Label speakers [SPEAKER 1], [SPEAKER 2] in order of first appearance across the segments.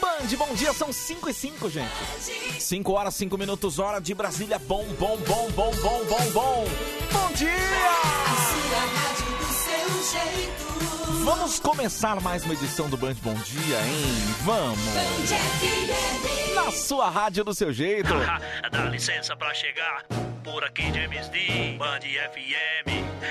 [SPEAKER 1] Band, bom dia. São 5 e 5, gente. 5 horas, 5 minutos, hora de Brasília. Bom, bom, bom, bom, bom, bom, bom. Bom dia! Vamos começar mais uma edição do Band Bom Dia, hein? Vamos! Na sua rádio do seu jeito.
[SPEAKER 2] Ah, Dá licença pra chegar por aqui, James D. Band FM.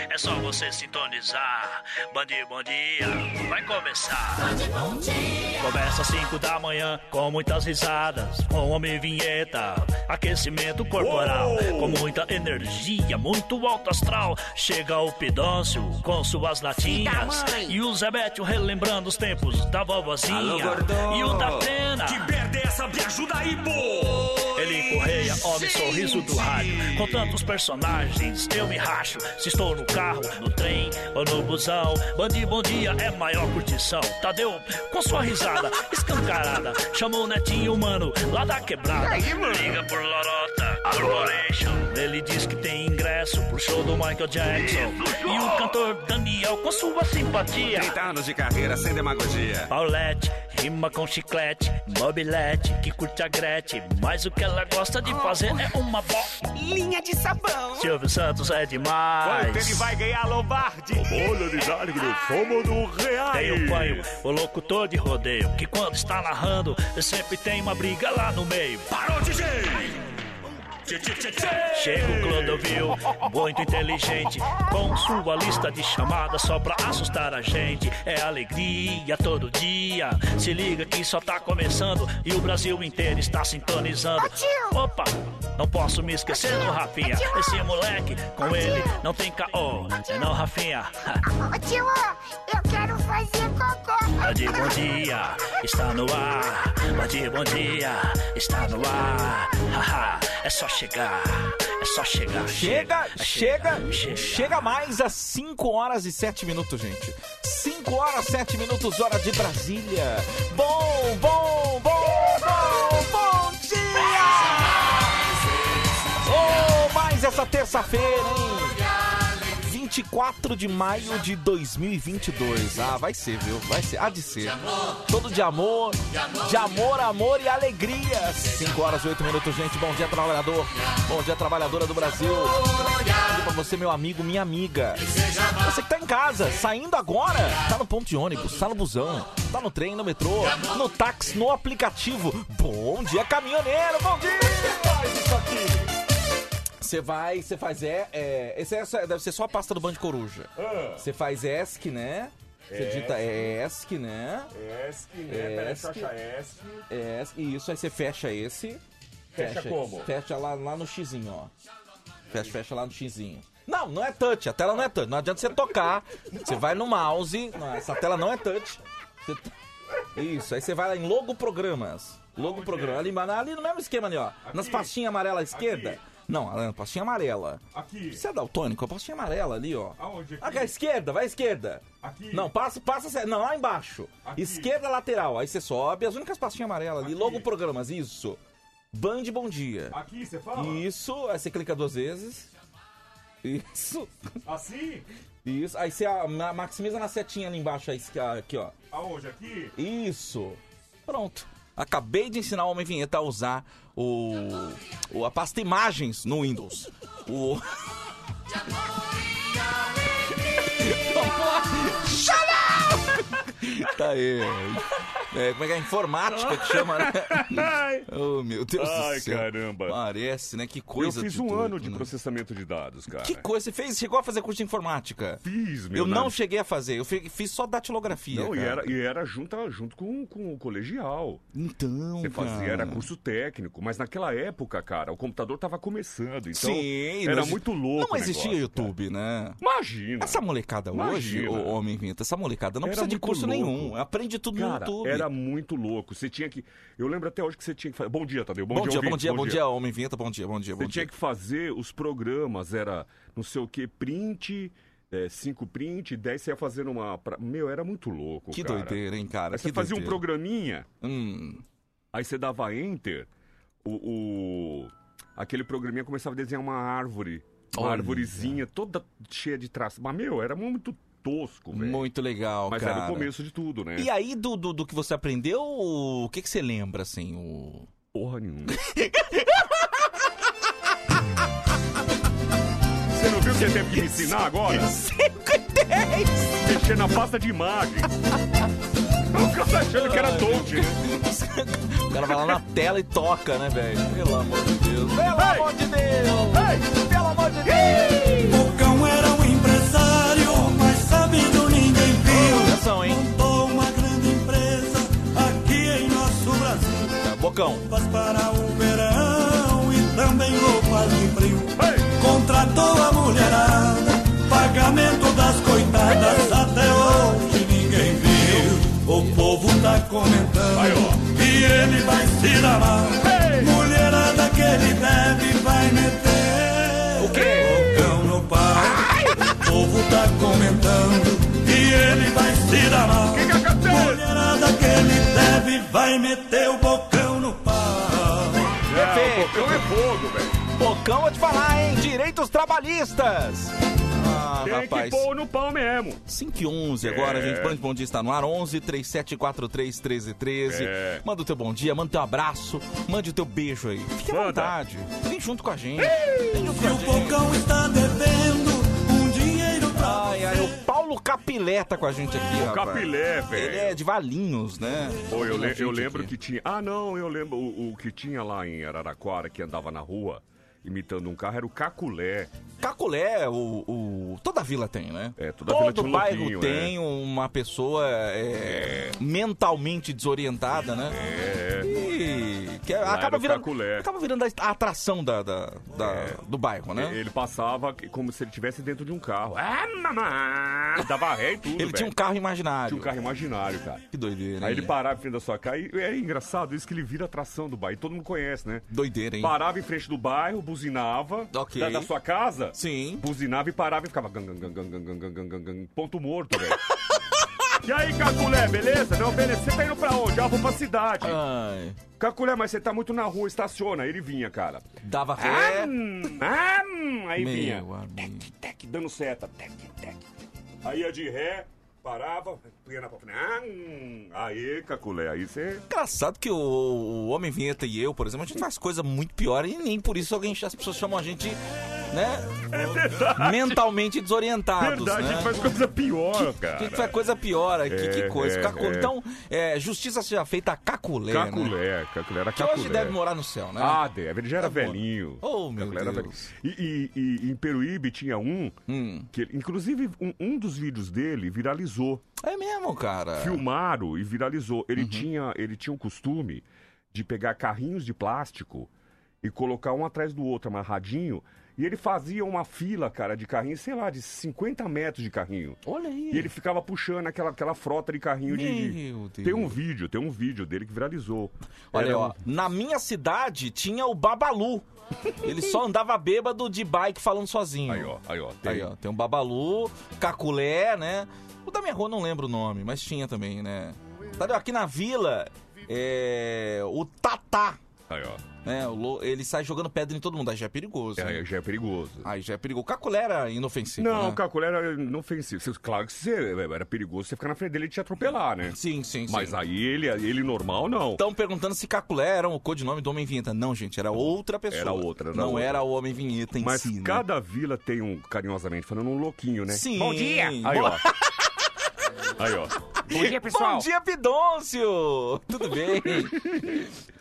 [SPEAKER 2] É só você sintonizar. Band Bom Dia vai começar. Bom dia. Começa às 5 da manhã com muitas risadas, com homem vinheta, aquecimento corporal, com muita energia, muito alto astral. Chega o Pidócio com suas latinhas e o Zé Bétio relembrando os tempos da vovozinha e o da Pena.
[SPEAKER 3] Que perde essa, me ajuda aí, pô!
[SPEAKER 2] Ele correia, homem, sorriso do rádio. Com tantos personagens, eu me racho. Se estou no carro, no trem ou no busão. Bandi Bom Dia é maior curtição. Tadeu, com sua risada escancarada, chamou o netinho, mano, lá da quebrada. Liga por Lorota, Corporation. Ele diz que tem ingresso pro show do Michael Jackson. E o cantor Daniel, com sua simpatia.
[SPEAKER 3] 30 anos tá de carreira sem demagogia.
[SPEAKER 2] Paulette, rima com chiclete, mobilete, que curte a Gretchen. Mas o que ela gosta de fazer é uma bolinha
[SPEAKER 3] de sabão.
[SPEAKER 2] Silvio Santos é demais.
[SPEAKER 3] Ele vai ganhar Lombardi.
[SPEAKER 4] Olha de alegre, fomo do real.
[SPEAKER 2] Tem o Panho, o locutor de rodeio, que quando está narrando, sempre tem uma briga lá no meio.
[SPEAKER 3] Parou, DJ!
[SPEAKER 2] Chega o Clodovil, muito inteligente, com sua lista de chamadas só pra assustar a gente. É alegria todo dia. Se liga que só tá começando e o Brasil inteiro está sintonizando. Opa, não posso me esquecer do Rafinha. Esse moleque, com ele, não tem caô. É não, Rafinha. tá
[SPEAKER 5] Tio, eu quero fazer cocô.
[SPEAKER 2] Bande bom dia, está no ar. Bande bom dia, está no ar. Haha, é só chegar. É só chegar.
[SPEAKER 1] Chega, chega, chega, chega, chega mais às 5 horas e 7 minutos, gente. 5 horas, 7 minutos, hora de Brasília. Bom, bom, bom, bom, bom dia! Oh, mais essa terça-feira, hein? 24 de maio de 2022. Ah, vai ser, viu? Vai ser. Há de ser. Todo de amor, de amor, amor e alegria. 5 horas e 8 minutos, gente. Bom dia, trabalhador. Bom dia, trabalhadora do Brasil. Tudo Pra você, meu amigo, minha amiga. Você que tá em casa, saindo agora, tá no ponto de ônibus, tá no busão, tá no trem, no metrô, no táxi, no aplicativo. Bom dia, caminhoneiro. Bom dia! Faz isso aqui. Você vai, você faz é, é esse é só- deve ser só a pasta do Band Coruja.
[SPEAKER 4] Ah.
[SPEAKER 1] Você faz ESC, né? Você digita ESC, né?
[SPEAKER 4] ESC, né? Peraí,
[SPEAKER 1] ESC.
[SPEAKER 4] deixa eu achar ESC.
[SPEAKER 1] ESC, e isso aí você fecha esse.
[SPEAKER 4] Fecha como?
[SPEAKER 1] Fecha lá, lá no xizinho, ó. Fecha, fecha lá no xizinho. Não, não é touch, a tela não é touch. Não adianta você tocar. Você vai no mouse, não, essa tela não é touch. Você t- Isso, aí você vai lá em
[SPEAKER 4] é?
[SPEAKER 1] logo programas. Logo programa, ali, ali no mesmo esquema ali, ó. Nas pastinhas amarelas à esquerda. Não, a pastinha amarela.
[SPEAKER 4] Aqui.
[SPEAKER 1] Você é daltônico? A pastinha amarela ali, ó.
[SPEAKER 4] Aonde? Aqui?
[SPEAKER 1] Ah, vai à esquerda, vai à esquerda.
[SPEAKER 4] Aqui.
[SPEAKER 1] Não, passa, passa, sé- não, lá embaixo.
[SPEAKER 4] Aqui.
[SPEAKER 1] Esquerda lateral. Aí você sobe, as únicas pastinhas amarelas ali, logo programas, isso. Band Bom Dia.
[SPEAKER 4] Aqui, você fala?
[SPEAKER 1] Isso, aí você clica duas vezes. Isso,
[SPEAKER 4] Assim?
[SPEAKER 1] isso. Aí você ah, ma- maximiza na setinha ali embaixo, aí, que- aqui, ó.
[SPEAKER 4] Aonde? Aqui?
[SPEAKER 1] Isso. Pronto. Acabei de ensinar o Homem Vinheta a usar o, o- a pasta imagens no Windows. O. tá aí. É, como é que é? Informática que chama, né? Oh, meu Deus
[SPEAKER 4] Ai,
[SPEAKER 1] do céu.
[SPEAKER 4] caramba.
[SPEAKER 1] Parece, né? Que coisa
[SPEAKER 4] eu fiz
[SPEAKER 1] de
[SPEAKER 4] um
[SPEAKER 1] doido,
[SPEAKER 4] ano de
[SPEAKER 1] né?
[SPEAKER 4] processamento de dados, cara.
[SPEAKER 1] Que coisa, você fez? Chegou a fazer curso de informática?
[SPEAKER 4] Fiz, meu
[SPEAKER 1] Eu não
[SPEAKER 4] nariz.
[SPEAKER 1] cheguei a fazer, eu fi- fiz só datilografia.
[SPEAKER 4] Não, e
[SPEAKER 1] cara.
[SPEAKER 4] era, e era junto, junto com, com o colegial.
[SPEAKER 1] Então,
[SPEAKER 4] Você fazia,
[SPEAKER 1] cara.
[SPEAKER 4] era curso técnico, mas naquela época, cara, o computador tava começando, então
[SPEAKER 1] Sim,
[SPEAKER 4] era
[SPEAKER 1] não exi-
[SPEAKER 4] muito louco.
[SPEAKER 1] Não
[SPEAKER 4] o
[SPEAKER 1] existia
[SPEAKER 4] negócio,
[SPEAKER 1] YouTube, né?
[SPEAKER 4] cara. Imagina.
[SPEAKER 1] Essa molecada hoje,
[SPEAKER 4] Imagina.
[SPEAKER 1] o homem inventa, essa molecada não
[SPEAKER 4] Era
[SPEAKER 1] precisa de
[SPEAKER 4] muito
[SPEAKER 1] curso
[SPEAKER 4] louco.
[SPEAKER 1] nenhum. Aprende tudo no
[SPEAKER 4] Cara,
[SPEAKER 1] YouTube.
[SPEAKER 4] era muito louco. Você tinha que. Eu lembro até hoje que você tinha que fazer. Bom dia, Tadeu. Bom,
[SPEAKER 1] Bom,
[SPEAKER 4] dia,
[SPEAKER 1] dia,
[SPEAKER 4] ouvinte,
[SPEAKER 1] bom dia, bom dia, homem inventa, bom dia, bom dia,
[SPEAKER 4] Você
[SPEAKER 1] bom
[SPEAKER 4] tinha
[SPEAKER 1] dia.
[SPEAKER 4] que fazer os programas, era não sei o que, print, é, cinco print, dez você ia fazendo uma. pra- Meu, era muito louco.
[SPEAKER 1] Que
[SPEAKER 4] cara.
[SPEAKER 1] doideira, hein, cara?
[SPEAKER 4] Aí
[SPEAKER 1] que
[SPEAKER 4] você fazia um
[SPEAKER 1] doideira.
[SPEAKER 4] programinha,
[SPEAKER 1] Hum,
[SPEAKER 4] aí você dava enter, o. o- Aquele programinha começava a desenhar uma árvore. Uma
[SPEAKER 1] Olha.
[SPEAKER 4] árvorezinha toda cheia de traço. Mas, meu, era muito tosco, velho.
[SPEAKER 1] muito legal,
[SPEAKER 4] Mas
[SPEAKER 1] cara.
[SPEAKER 4] era o começo de tudo, né?
[SPEAKER 1] E aí, do, do, do que você aprendeu, o que, que você lembra, assim? O...
[SPEAKER 4] Porra nenhuma. Você não viu que ele teve que me ensinar agora?
[SPEAKER 1] 5 e 10!
[SPEAKER 4] Mexer na pasta de imagem. O cara tá achando que era touch, né?
[SPEAKER 1] O cara vai lá na tela e toca, né, velho? Pelo amor de Deus. Pelo amor de Deus! Pelo amor de Deus!
[SPEAKER 6] Bocão era um empresário, mas sabido ninguém viu.
[SPEAKER 1] Atenção, hein?
[SPEAKER 6] Montou uma grande empresa aqui em nosso Brasil.
[SPEAKER 1] Tá, Bocão.
[SPEAKER 6] Roupas para o verão e também roupas de frio. Contratou a mulherada, pagamento das coitadas. Até hoje ninguém viu. O povo tá comentando e ele vai se dar mal. Mulherada que ele deve vai meter. O quê? Bocão no pau. O povo tá comentando e ele vai se dar mal.
[SPEAKER 4] que aconteceu?
[SPEAKER 6] Mulherada que ele deve vai meter o bocão no pau.
[SPEAKER 4] É, o bocão é fogo, velho.
[SPEAKER 1] Bocão, vou te falar, hein? Direitos trabalhistas! Ah,
[SPEAKER 4] Tem
[SPEAKER 1] rapaz.
[SPEAKER 4] que pôr no pau mesmo.
[SPEAKER 1] 5 e 11
[SPEAKER 4] É.
[SPEAKER 1] agora, gente. Plano de Bom Dia está no ar. 11 3743 1313.
[SPEAKER 4] É.
[SPEAKER 1] Manda o teu bom dia, manda o teu abraço, mande o teu beijo aí. Fique à
[SPEAKER 4] Manda.
[SPEAKER 1] vontade. Vem junto com a gente. Vem junto com
[SPEAKER 6] E
[SPEAKER 1] a
[SPEAKER 6] o
[SPEAKER 1] gente.
[SPEAKER 6] bocão está devendo um dinheiro pra
[SPEAKER 1] Ai, ai, o Paulo Capilé tá com a gente aqui, rapaz.
[SPEAKER 4] Capilé, velho.
[SPEAKER 1] Ele é de Valinhos, né?
[SPEAKER 4] Pô, eu, le-
[SPEAKER 1] Gente
[SPEAKER 4] eu lembro que
[SPEAKER 1] aqui.
[SPEAKER 4] tinha. Ah, não, eu lembro. O, o que tinha lá em Araraquara, que andava na rua imitando um carro, era o Caculé.
[SPEAKER 1] Caculé, o, o- toda vila tem, né?
[SPEAKER 4] É, toda
[SPEAKER 1] Todo
[SPEAKER 4] vila tinha um
[SPEAKER 1] bairro
[SPEAKER 4] louquinho,
[SPEAKER 1] tem
[SPEAKER 4] é.
[SPEAKER 1] uma pessoa é, mentalmente desorientada, né? É. E que
[SPEAKER 4] Lá era
[SPEAKER 1] acaba
[SPEAKER 4] o
[SPEAKER 1] virando,
[SPEAKER 4] Caculé.
[SPEAKER 1] acaba virando a atração da, da- da- do bairro, né?
[SPEAKER 4] É. Ele passava como se ele estivesse dentro de um carro. Ah, mamá! Dava ré e tudo,
[SPEAKER 1] Ele tinha um
[SPEAKER 4] velho.
[SPEAKER 1] carro imaginário.
[SPEAKER 4] Tinha um carro imaginário, cara.
[SPEAKER 1] Que
[SPEAKER 4] Aí
[SPEAKER 1] doideira, hein?
[SPEAKER 4] ele parava em frente da sua casa e era engraçado isso que ele vira atração do bairro. Todo mundo conhece, né?
[SPEAKER 1] Doideira, hein?
[SPEAKER 4] Parava em frente do bairro, buzinava
[SPEAKER 1] Ok.
[SPEAKER 4] da, da sua casa.
[SPEAKER 1] Sim.
[SPEAKER 4] Buzinava e parava e ficava gang, gang, gang, gang, gang, gang, gang, gang, gang, ponto morto, velho. e aí, Caculé, beleza? Não, beleza. Você tá indo pra onde? Ah, vou pra cidade.
[SPEAKER 1] Ai,
[SPEAKER 4] Caculé, mas você tá muito na rua, estaciona. Ele vinha, cara.
[SPEAKER 1] dava
[SPEAKER 4] Ah,
[SPEAKER 1] ré.
[SPEAKER 4] hum, ah, hum. aí vinha.
[SPEAKER 1] Meu amigo.
[SPEAKER 4] Tec, dando seta. Tec, tec. Aí
[SPEAKER 7] é
[SPEAKER 4] ia de ré, É, parava, punha na frente. Ah, hum. Aí, Caculé, aí você...
[SPEAKER 1] Engraçado que o, o Homem Vinheta e eu, por exemplo, a gente faz coisa muito pior e nem por isso alguém, as pessoas chamam a gente, né? Mentalmente desorientados,
[SPEAKER 4] É Verdade,
[SPEAKER 1] né?
[SPEAKER 4] a gente faz coisa pior,
[SPEAKER 1] Que
[SPEAKER 4] cara.
[SPEAKER 1] que foi coisa pior aqui,
[SPEAKER 4] É,
[SPEAKER 1] que coisa.
[SPEAKER 4] é,
[SPEAKER 1] Cacu-
[SPEAKER 4] é.
[SPEAKER 1] Então, é, justiça seja feita a caculé, né?
[SPEAKER 4] Caculé, Caculé é, era
[SPEAKER 1] Que
[SPEAKER 4] Caculé.
[SPEAKER 1] hoje deve morar no céu, né?
[SPEAKER 4] Ah, deve. Ele já era
[SPEAKER 1] Deve morar.
[SPEAKER 4] velhinho.
[SPEAKER 1] Oh, meu
[SPEAKER 4] Caculé era
[SPEAKER 1] Deus.
[SPEAKER 4] velhinho. E, e- e em Peruíbe tinha um,
[SPEAKER 1] Hum.
[SPEAKER 4] que ele- inclusive um, um dos vídeos dele viralizou.
[SPEAKER 1] É mesmo, cara. Uhum.
[SPEAKER 4] Filmaram e viralizou. Ele, tinha, ele tinha o costume de pegar carrinhos de plástico e colocar um atrás do outro amarradinho E ele fazia uma fila, cara, de carrinho, sei lá, de 50 metros de carrinho.
[SPEAKER 1] Olha aí.
[SPEAKER 4] E ele ficava puxando aquela, aquela frota de carrinho de. de-
[SPEAKER 1] Meu
[SPEAKER 4] Tem um vídeo, tem um vídeo dele que viralizou.
[SPEAKER 1] Olha, aí,
[SPEAKER 4] Era
[SPEAKER 1] ó,
[SPEAKER 4] um-
[SPEAKER 1] na minha cidade tinha o Babalu. Ele só andava bêbado de bike falando sozinho. Aí, ó,
[SPEAKER 4] aí, ó.
[SPEAKER 1] Tem, um Babalu, Caculé, né? O da minha rua não lembro o nome, mas tinha também, né? Tadeu, Aqui na vila, é, o Tatá.
[SPEAKER 4] Aí, ó.
[SPEAKER 1] Né, o lo- ele sai jogando pedra em todo mundo. Aí já é perigoso. né?
[SPEAKER 4] Aí já é perigoso.
[SPEAKER 1] Aí já é perigoso. Caculé era inofensivo.
[SPEAKER 4] Não,
[SPEAKER 1] né?
[SPEAKER 4] o Caculé era inofensivo. Você- Claro que você, era perigoso você ficar na frente dele e te atropelar, né?
[SPEAKER 1] Sim, sim,
[SPEAKER 4] Mas aí ele, ele normal, não.
[SPEAKER 1] Estão perguntando se Caculé era o codinome do Homem Vinheta. Não, gente, era outra pessoa.
[SPEAKER 4] Era outra, era
[SPEAKER 1] Não
[SPEAKER 4] outra.
[SPEAKER 1] era o Homem Vinheta em
[SPEAKER 4] Mas
[SPEAKER 1] si. né?
[SPEAKER 4] cada vila tem um, carinhosamente falando, um louquinho, né?
[SPEAKER 1] Sim.
[SPEAKER 4] Bom dia! Aí, ó. Aí, ó.
[SPEAKER 1] Bom dia, pessoal. Bom dia, Pidôncio. Tudo bem?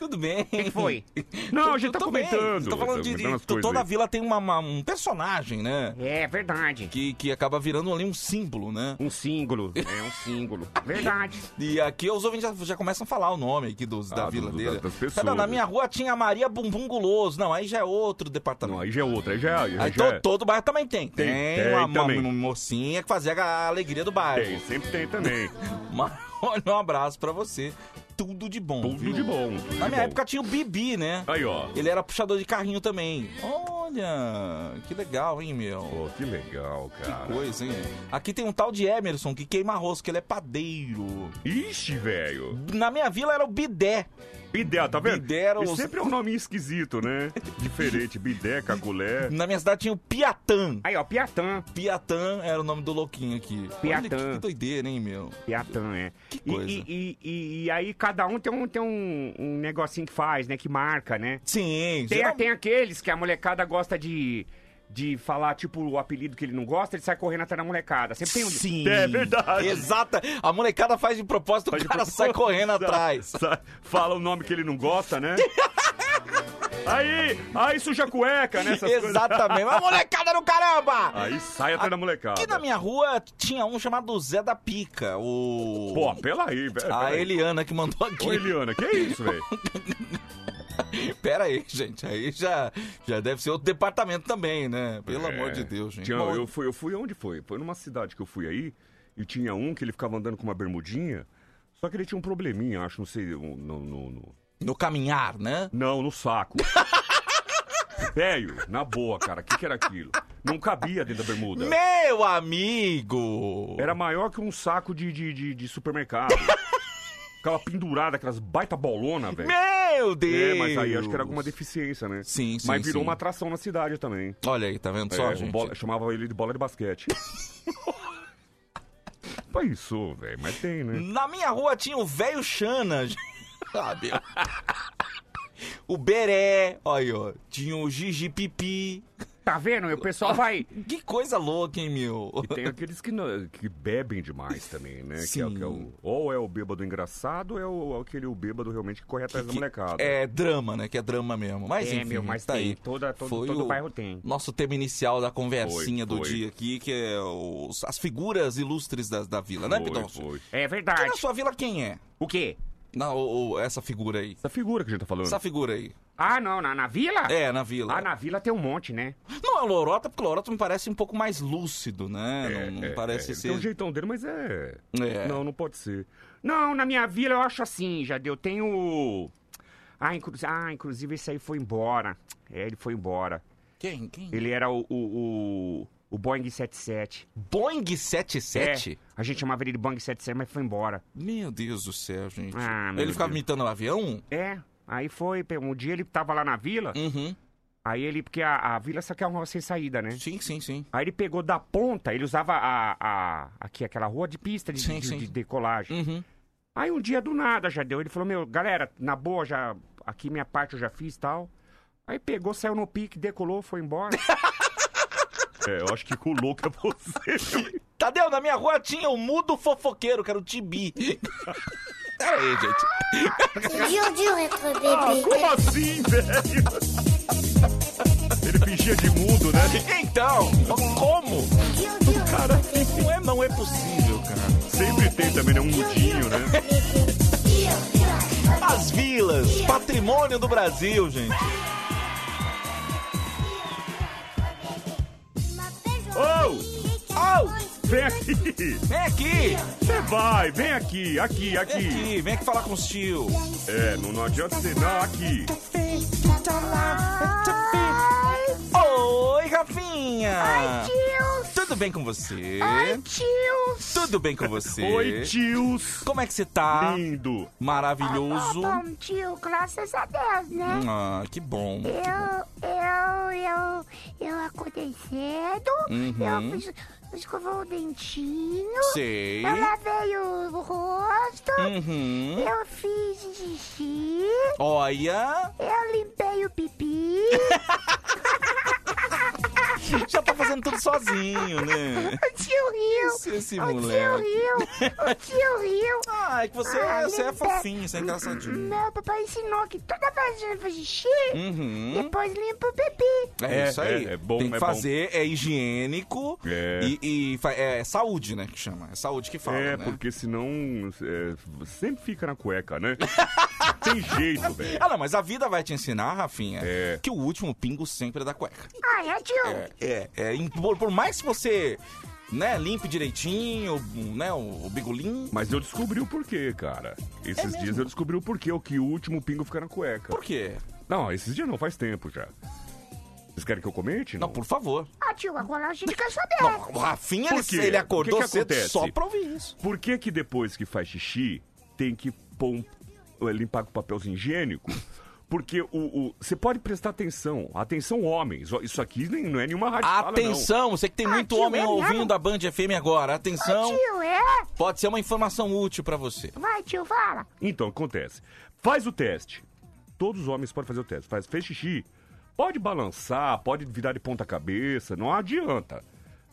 [SPEAKER 1] Tudo bem? Quem foi?
[SPEAKER 4] Não, a gente tá comentando.
[SPEAKER 1] Tô falando
[SPEAKER 4] Tá
[SPEAKER 1] de, de-
[SPEAKER 4] comentando as
[SPEAKER 1] to-
[SPEAKER 4] coisas
[SPEAKER 1] toda
[SPEAKER 4] aí.
[SPEAKER 1] vila tem uma- uma- um personagem, né? É, verdade. Que, que acaba virando ali um símbolo, né?
[SPEAKER 4] Um símbolo. É um símbolo. Verdade.
[SPEAKER 1] E aqui os ouvintes já, já começam a falar o nome aqui dos, da vila
[SPEAKER 4] Ah, do-
[SPEAKER 1] dele.
[SPEAKER 4] da- das
[SPEAKER 1] Tá, não,
[SPEAKER 4] pessoas.
[SPEAKER 1] na minha rua tinha a Maria Bumbum Guloso. Não, aí já é outro departamento.
[SPEAKER 4] Aí já é outra, aí já, aí
[SPEAKER 1] Aí
[SPEAKER 4] já é.
[SPEAKER 1] to- Então, todo bairro também tem. Tem,
[SPEAKER 4] tem
[SPEAKER 1] uma, uma-
[SPEAKER 4] também.
[SPEAKER 1] uma mocinha é que fazia a alegria do bairro.
[SPEAKER 4] Tem, sempre tem também.
[SPEAKER 1] Mas olha, um abraço pra você. Tudo de bom.
[SPEAKER 4] Tudo
[SPEAKER 1] viu?
[SPEAKER 4] de bom. tudo de
[SPEAKER 1] Na minha
[SPEAKER 4] bom.
[SPEAKER 1] época tinha o Bibi, né?
[SPEAKER 4] Aí, ó.
[SPEAKER 1] Ele era puxador de carrinho também. Olha, que legal, hein, meu? Pô,
[SPEAKER 4] que legal, cara.
[SPEAKER 1] Que coisa, hein? Aqui tem um tal de Emerson que queima arroz, que ele é padeiro.
[SPEAKER 4] Ixi, velho.
[SPEAKER 1] Na minha vila era o Bidé.
[SPEAKER 4] Bidé, tá vendo?
[SPEAKER 1] Bidé era
[SPEAKER 4] E
[SPEAKER 1] os-
[SPEAKER 4] sempre é um nome esquisito, né? Diferente. Bidé, caculé.
[SPEAKER 1] Na minha cidade tinha o Piatã. Aí, ó, Piatã. Piatã era o nome do louquinho aqui. Olha que,
[SPEAKER 4] Piatã.
[SPEAKER 1] que doideira, hein, meu?
[SPEAKER 4] Piatã, é.
[SPEAKER 1] Que
[SPEAKER 7] E,
[SPEAKER 1] coisa.
[SPEAKER 7] e- e- e aí cada um tem, um, tem um, um negocinho que faz, né? Que marca, né?
[SPEAKER 1] Sim.
[SPEAKER 7] Tem,
[SPEAKER 4] geral-
[SPEAKER 7] tem aqueles que a molecada gosta de, de falar, tipo, o apelido que ele não gosta, ele sai correndo atrás da molecada. Sempre tem um...
[SPEAKER 1] Sim.
[SPEAKER 4] É
[SPEAKER 1] Exata. A molecada faz de propósito, o cara sai correndo atrás.
[SPEAKER 4] Sa- Fala o nome que ele não gosta, né? Aí, aí suja cueca, né? Essas coisas.
[SPEAKER 1] Exatamente. Mas molecada no caramba! Ah.
[SPEAKER 4] Aí sai atrás da molecada.
[SPEAKER 1] Aqui na minha rua tinha um chamado Zé da Pica, o...
[SPEAKER 4] Pô, pela aí, velho.
[SPEAKER 1] A Eliana que mandou aqui.
[SPEAKER 4] Ô, Eliana, que é isso, velho?
[SPEAKER 1] Pera aí, gente. Aí já, já deve ser outro departamento também, né? Pelo
[SPEAKER 4] É.
[SPEAKER 1] amor de Deus, gente.
[SPEAKER 4] Tinha-
[SPEAKER 1] Bom,
[SPEAKER 4] eu, fui, eu fui onde foi? Foi numa cidade que eu fui aí e tinha um que ele ficava andando com uma bermudinha, só que ele tinha um probleminha, acho, não sei. um- No, no, no...
[SPEAKER 1] caminhar, né?
[SPEAKER 4] Não, no saco. Velho, na boa, cara, o que, que era aquilo? Não cabia dentro da bermuda.
[SPEAKER 1] Meu amigo!
[SPEAKER 4] Era maior que um saco de, de, de, de supermercado. Ficava pendurada, aquelas baita bolona, velho.
[SPEAKER 1] Meu Deus!
[SPEAKER 4] É, mas aí acho que era alguma deficiência, né?
[SPEAKER 1] Sim, sim,
[SPEAKER 4] Mas virou
[SPEAKER 1] sim.
[SPEAKER 4] uma atração na cidade também.
[SPEAKER 1] Olha aí, tá vendo só,
[SPEAKER 4] É,
[SPEAKER 1] gente?
[SPEAKER 4] bola- chamava ele de bola de basquete. Pensou, velho, mas tem, né?
[SPEAKER 1] Na minha rua tinha o velho Xana, gente. sabe? o Beré, olha aí, ó. Tinha o Gigi Pipi.
[SPEAKER 7] Tá vendo? O pessoal vai...
[SPEAKER 1] Que coisa louca, hein, meu?
[SPEAKER 4] E tem aqueles que, não- que bebem demais também, né? Que é, o- que é o, ou é o bêbado engraçado, ou é o, aquele o bêbado realmente que corre atrás da molecada.
[SPEAKER 1] É drama, né? Que é drama mesmo. Mas
[SPEAKER 4] É,
[SPEAKER 1] enfim,
[SPEAKER 4] meu, mas
[SPEAKER 1] tá
[SPEAKER 4] tem.
[SPEAKER 1] aí.
[SPEAKER 4] Toda- todo- todo bairro tem.
[SPEAKER 1] Nosso tema inicial da conversinha
[SPEAKER 4] Foi,
[SPEAKER 1] do
[SPEAKER 4] foi.
[SPEAKER 1] dia aqui, que é os- as figuras ilustres da, da vila, né,
[SPEAKER 4] Foi,
[SPEAKER 1] Pidoncio?
[SPEAKER 7] É verdade.
[SPEAKER 1] na sua vila quem é?
[SPEAKER 7] O quê?
[SPEAKER 1] Não, o- o- essa figura aí.
[SPEAKER 4] Essa figura que a gente tá falando.
[SPEAKER 1] Essa figura aí.
[SPEAKER 7] Ah, não, na, na vila?
[SPEAKER 1] É, na vila.
[SPEAKER 7] Ah, na vila tem um monte, né?
[SPEAKER 1] Não é o Lorota, porque o Lorota me parece um pouco mais lúcido, né?
[SPEAKER 4] É,
[SPEAKER 1] não não
[SPEAKER 4] é,
[SPEAKER 1] parece
[SPEAKER 4] é.
[SPEAKER 1] ser.
[SPEAKER 4] Tem um jeitão dele, mas é...
[SPEAKER 7] Ah,
[SPEAKER 1] É.
[SPEAKER 4] Não, não pode ser.
[SPEAKER 7] Não, na minha vila eu acho assim, já deu. Tem o... Ah, inclu... ah, inclusive esse aí foi embora. É, ele foi embora.
[SPEAKER 1] Quem? Quem?
[SPEAKER 7] Ele era o... o, o... O Boeing 77.
[SPEAKER 1] Boeing 77?
[SPEAKER 7] É, a gente chamava ele de Boeing 77, mas foi embora.
[SPEAKER 1] Meu Deus do céu, gente.
[SPEAKER 7] Ah, meu
[SPEAKER 1] Ele ficava
[SPEAKER 7] Deus.
[SPEAKER 1] imitando o avião?
[SPEAKER 7] É, aí foi, pe- um dia ele tava lá na vila.
[SPEAKER 1] Uhum.
[SPEAKER 7] Aí ele, porque a, a vila só quer uma rua sem saída, né?
[SPEAKER 1] Sim, sim, sim.
[SPEAKER 7] Aí ele pegou da ponta, ele usava a, a- aqui, aquela rua de pista de,
[SPEAKER 1] Sim,
[SPEAKER 7] de-
[SPEAKER 1] sim. Uhum.
[SPEAKER 7] de decolagem. Aí um dia do nada já deu, ele falou, meu, galera, na boa, já, aqui minha parte eu já fiz e tal. Aí pegou, saiu no pique, decolou, foi embora.
[SPEAKER 4] É, eu acho que o louco é você.
[SPEAKER 1] Tadeu, na minha rua tinha o mudo fofoqueiro, que era o Tibi. Pera aí, gente.
[SPEAKER 5] Dur, dur, être
[SPEAKER 4] ah, como assim, velho? Ele fingia de mudo, né?
[SPEAKER 1] Então, como?
[SPEAKER 4] Cara,
[SPEAKER 1] não é, não é possível, cara.
[SPEAKER 4] Sempre tem também, né? Um mudinho, né?
[SPEAKER 1] As vilas, patrimônio do Brasil, gente.
[SPEAKER 4] Oh! Oh! Vem aqui! Vem
[SPEAKER 1] aqui!
[SPEAKER 4] Você vai, vem aqui, aqui, aqui!
[SPEAKER 1] Vem aqui, vem aqui falar com os tio!
[SPEAKER 4] É, não, não adianta você não, aqui!
[SPEAKER 1] Oi, Rafinha!
[SPEAKER 5] Oi, tios!
[SPEAKER 1] Tudo bem com você?
[SPEAKER 5] Oi, tios!
[SPEAKER 1] Tudo bem com você?
[SPEAKER 4] Oi, tios!
[SPEAKER 1] Como é que você tá?
[SPEAKER 4] Lindo!
[SPEAKER 1] Maravilhoso!
[SPEAKER 5] Ah, bom, tio, graças a Deus, né?
[SPEAKER 1] Ah, que bom!
[SPEAKER 5] Eu, eu, eu, eu acordei cedo,
[SPEAKER 1] Uhum.
[SPEAKER 5] eu fiz, escovei o dentinho,
[SPEAKER 1] Sei.
[SPEAKER 5] eu lavei o rosto,
[SPEAKER 1] Uhum.
[SPEAKER 5] eu fiz xixi,
[SPEAKER 1] Olha!
[SPEAKER 5] eu limpei o pipi.
[SPEAKER 1] Já tá fazendo tudo sozinho, né?
[SPEAKER 5] O tio
[SPEAKER 1] Esse-
[SPEAKER 5] riu!
[SPEAKER 1] esse
[SPEAKER 5] o tio
[SPEAKER 1] moleque.
[SPEAKER 5] riu! O tio riu!
[SPEAKER 1] Ah, é que você,
[SPEAKER 5] Ah,
[SPEAKER 1] você é
[SPEAKER 5] limpei.
[SPEAKER 1] fofinho, você é engraçadinho.
[SPEAKER 5] Meu papai ensinou que toda vez que faz xixi,
[SPEAKER 1] Uhum.
[SPEAKER 5] depois limpa o pipi.
[SPEAKER 1] É, isso aí.
[SPEAKER 4] É, é bom,
[SPEAKER 1] Tem que
[SPEAKER 4] é bom.
[SPEAKER 1] fazer, é higiênico
[SPEAKER 4] É.
[SPEAKER 1] e, e fa- é saúde, né? Que chama. É saúde que fala.
[SPEAKER 4] É,
[SPEAKER 1] né?
[SPEAKER 4] porque senão é, sempre fica na cueca, né? Tem jeito, velho.
[SPEAKER 1] Ah, não, mas a vida vai te ensinar, Rafinha,
[SPEAKER 4] É.
[SPEAKER 1] que o último pingo sempre é da cueca.
[SPEAKER 5] Ah, é, tio?
[SPEAKER 1] É, é, é em- por, por mais que você, né, limpe direitinho, né, o, o bigolim.
[SPEAKER 4] Mas eu descobri o porquê, cara. Esses dias eu descobri o porquê, o que o último pingo fica na cueca.
[SPEAKER 1] É Por quê?
[SPEAKER 4] Não, esses dias não, faz tempo já. Vocês querem que eu comente?
[SPEAKER 1] Não, por favor.
[SPEAKER 5] Ah, tio, agora a gente quer saber.
[SPEAKER 1] Não, o Rafinha,
[SPEAKER 4] Por
[SPEAKER 1] ele,
[SPEAKER 4] quê?
[SPEAKER 1] ele
[SPEAKER 4] O que
[SPEAKER 1] acordou
[SPEAKER 4] que
[SPEAKER 1] cedo
[SPEAKER 4] acontece?
[SPEAKER 1] só pra ouvir isso.
[SPEAKER 4] Por que que depois que faz xixi tem que pôr um- eh, limpar com papelzinho higiênico? Porque o você pode prestar atenção, atenção homens, ó, isso aqui nem, não é nenhuma rádio fala, não.
[SPEAKER 1] Atenção, você que tem muito
[SPEAKER 5] tio,
[SPEAKER 1] homem
[SPEAKER 5] é
[SPEAKER 1] ouvindo
[SPEAKER 5] mesmo?
[SPEAKER 1] da Band FM agora.
[SPEAKER 5] Ah,
[SPEAKER 1] Atenção,
[SPEAKER 5] tio, é?
[SPEAKER 1] pode ser uma informação útil pra você.
[SPEAKER 5] Vai, tio, fala.
[SPEAKER 4] Então, acontece. Faz o teste. Todos os homens podem fazer o teste. Faz, fez xixi. Pode balançar, pode virar de ponta cabeça, não adianta.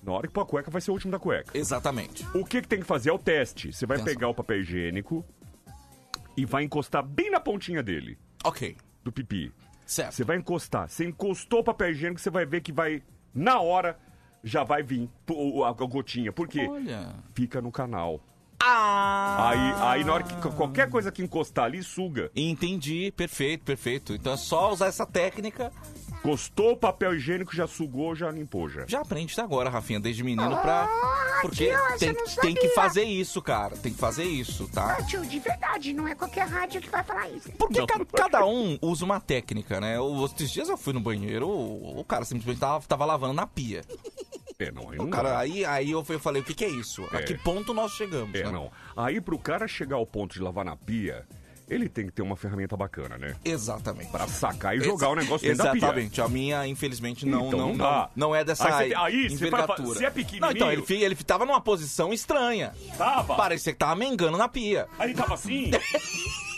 [SPEAKER 4] Na hora que pôr a cueca, vai ser o último da cueca.
[SPEAKER 1] Exatamente.
[SPEAKER 4] O que, que tem que fazer é o teste. Você vai
[SPEAKER 1] Atenção.
[SPEAKER 4] pegar o papel higiênico e vai encostar bem na pontinha dele,
[SPEAKER 1] Ok,
[SPEAKER 4] do pipi.
[SPEAKER 1] certo.
[SPEAKER 4] Você vai encostar. Você encostou o papel higiênico, você vai ver que vai, na hora, já vai vir o- a a gotinha. Por quê?
[SPEAKER 1] Olha.
[SPEAKER 4] Fica no canal.
[SPEAKER 1] Ah!
[SPEAKER 4] Aí, aí, na hora que qualquer coisa que encostar ali, suga.
[SPEAKER 1] Entendi, perfeito, perfeito. Então é só usar essa técnica.
[SPEAKER 4] Encostou o papel higiênico, já sugou, já limpou, já.
[SPEAKER 1] Já aprende até agora, Rafinha, desde menino pra.
[SPEAKER 5] Ah,
[SPEAKER 1] Porque
[SPEAKER 5] tio, essa
[SPEAKER 1] tem,
[SPEAKER 5] eu não
[SPEAKER 1] tem que
[SPEAKER 5] sabia.
[SPEAKER 1] fazer isso, cara. Tem que fazer isso, tá?
[SPEAKER 5] Ah, tio, de verdade, não é qualquer rádio que vai falar isso.
[SPEAKER 1] Porque ca- cada um usa uma técnica, né? Eu- Outros dias eu fui no banheiro, o, o cara simplesmente tava, tava lavando na pia.
[SPEAKER 4] É, não, aí não
[SPEAKER 1] Cara,
[SPEAKER 4] dá.
[SPEAKER 1] aí, aí eu fui- eu falei, o que, que é isso? A
[SPEAKER 4] É.
[SPEAKER 1] que ponto nós chegamos?
[SPEAKER 4] É,
[SPEAKER 1] né?
[SPEAKER 4] não. Aí pro cara chegar ao ponto de lavar na pia, ele tem que ter uma ferramenta bacana, né?
[SPEAKER 1] Exatamente.
[SPEAKER 4] Pra sacar e jogar o negócio dentro
[SPEAKER 1] Exatamente.
[SPEAKER 4] da pia.
[SPEAKER 1] A minha, infelizmente, não,
[SPEAKER 4] Então,
[SPEAKER 1] não,
[SPEAKER 4] não
[SPEAKER 1] não,
[SPEAKER 4] dá.
[SPEAKER 1] não é dessa
[SPEAKER 4] Aí você- aí você fala-
[SPEAKER 1] envergadura.
[SPEAKER 4] se é pequenininho-
[SPEAKER 1] Não, então, ele, fi- ele tava numa posição estranha.
[SPEAKER 4] Tava.
[SPEAKER 1] Parecia que tava mengando na pia.
[SPEAKER 4] Aí ele tava assim.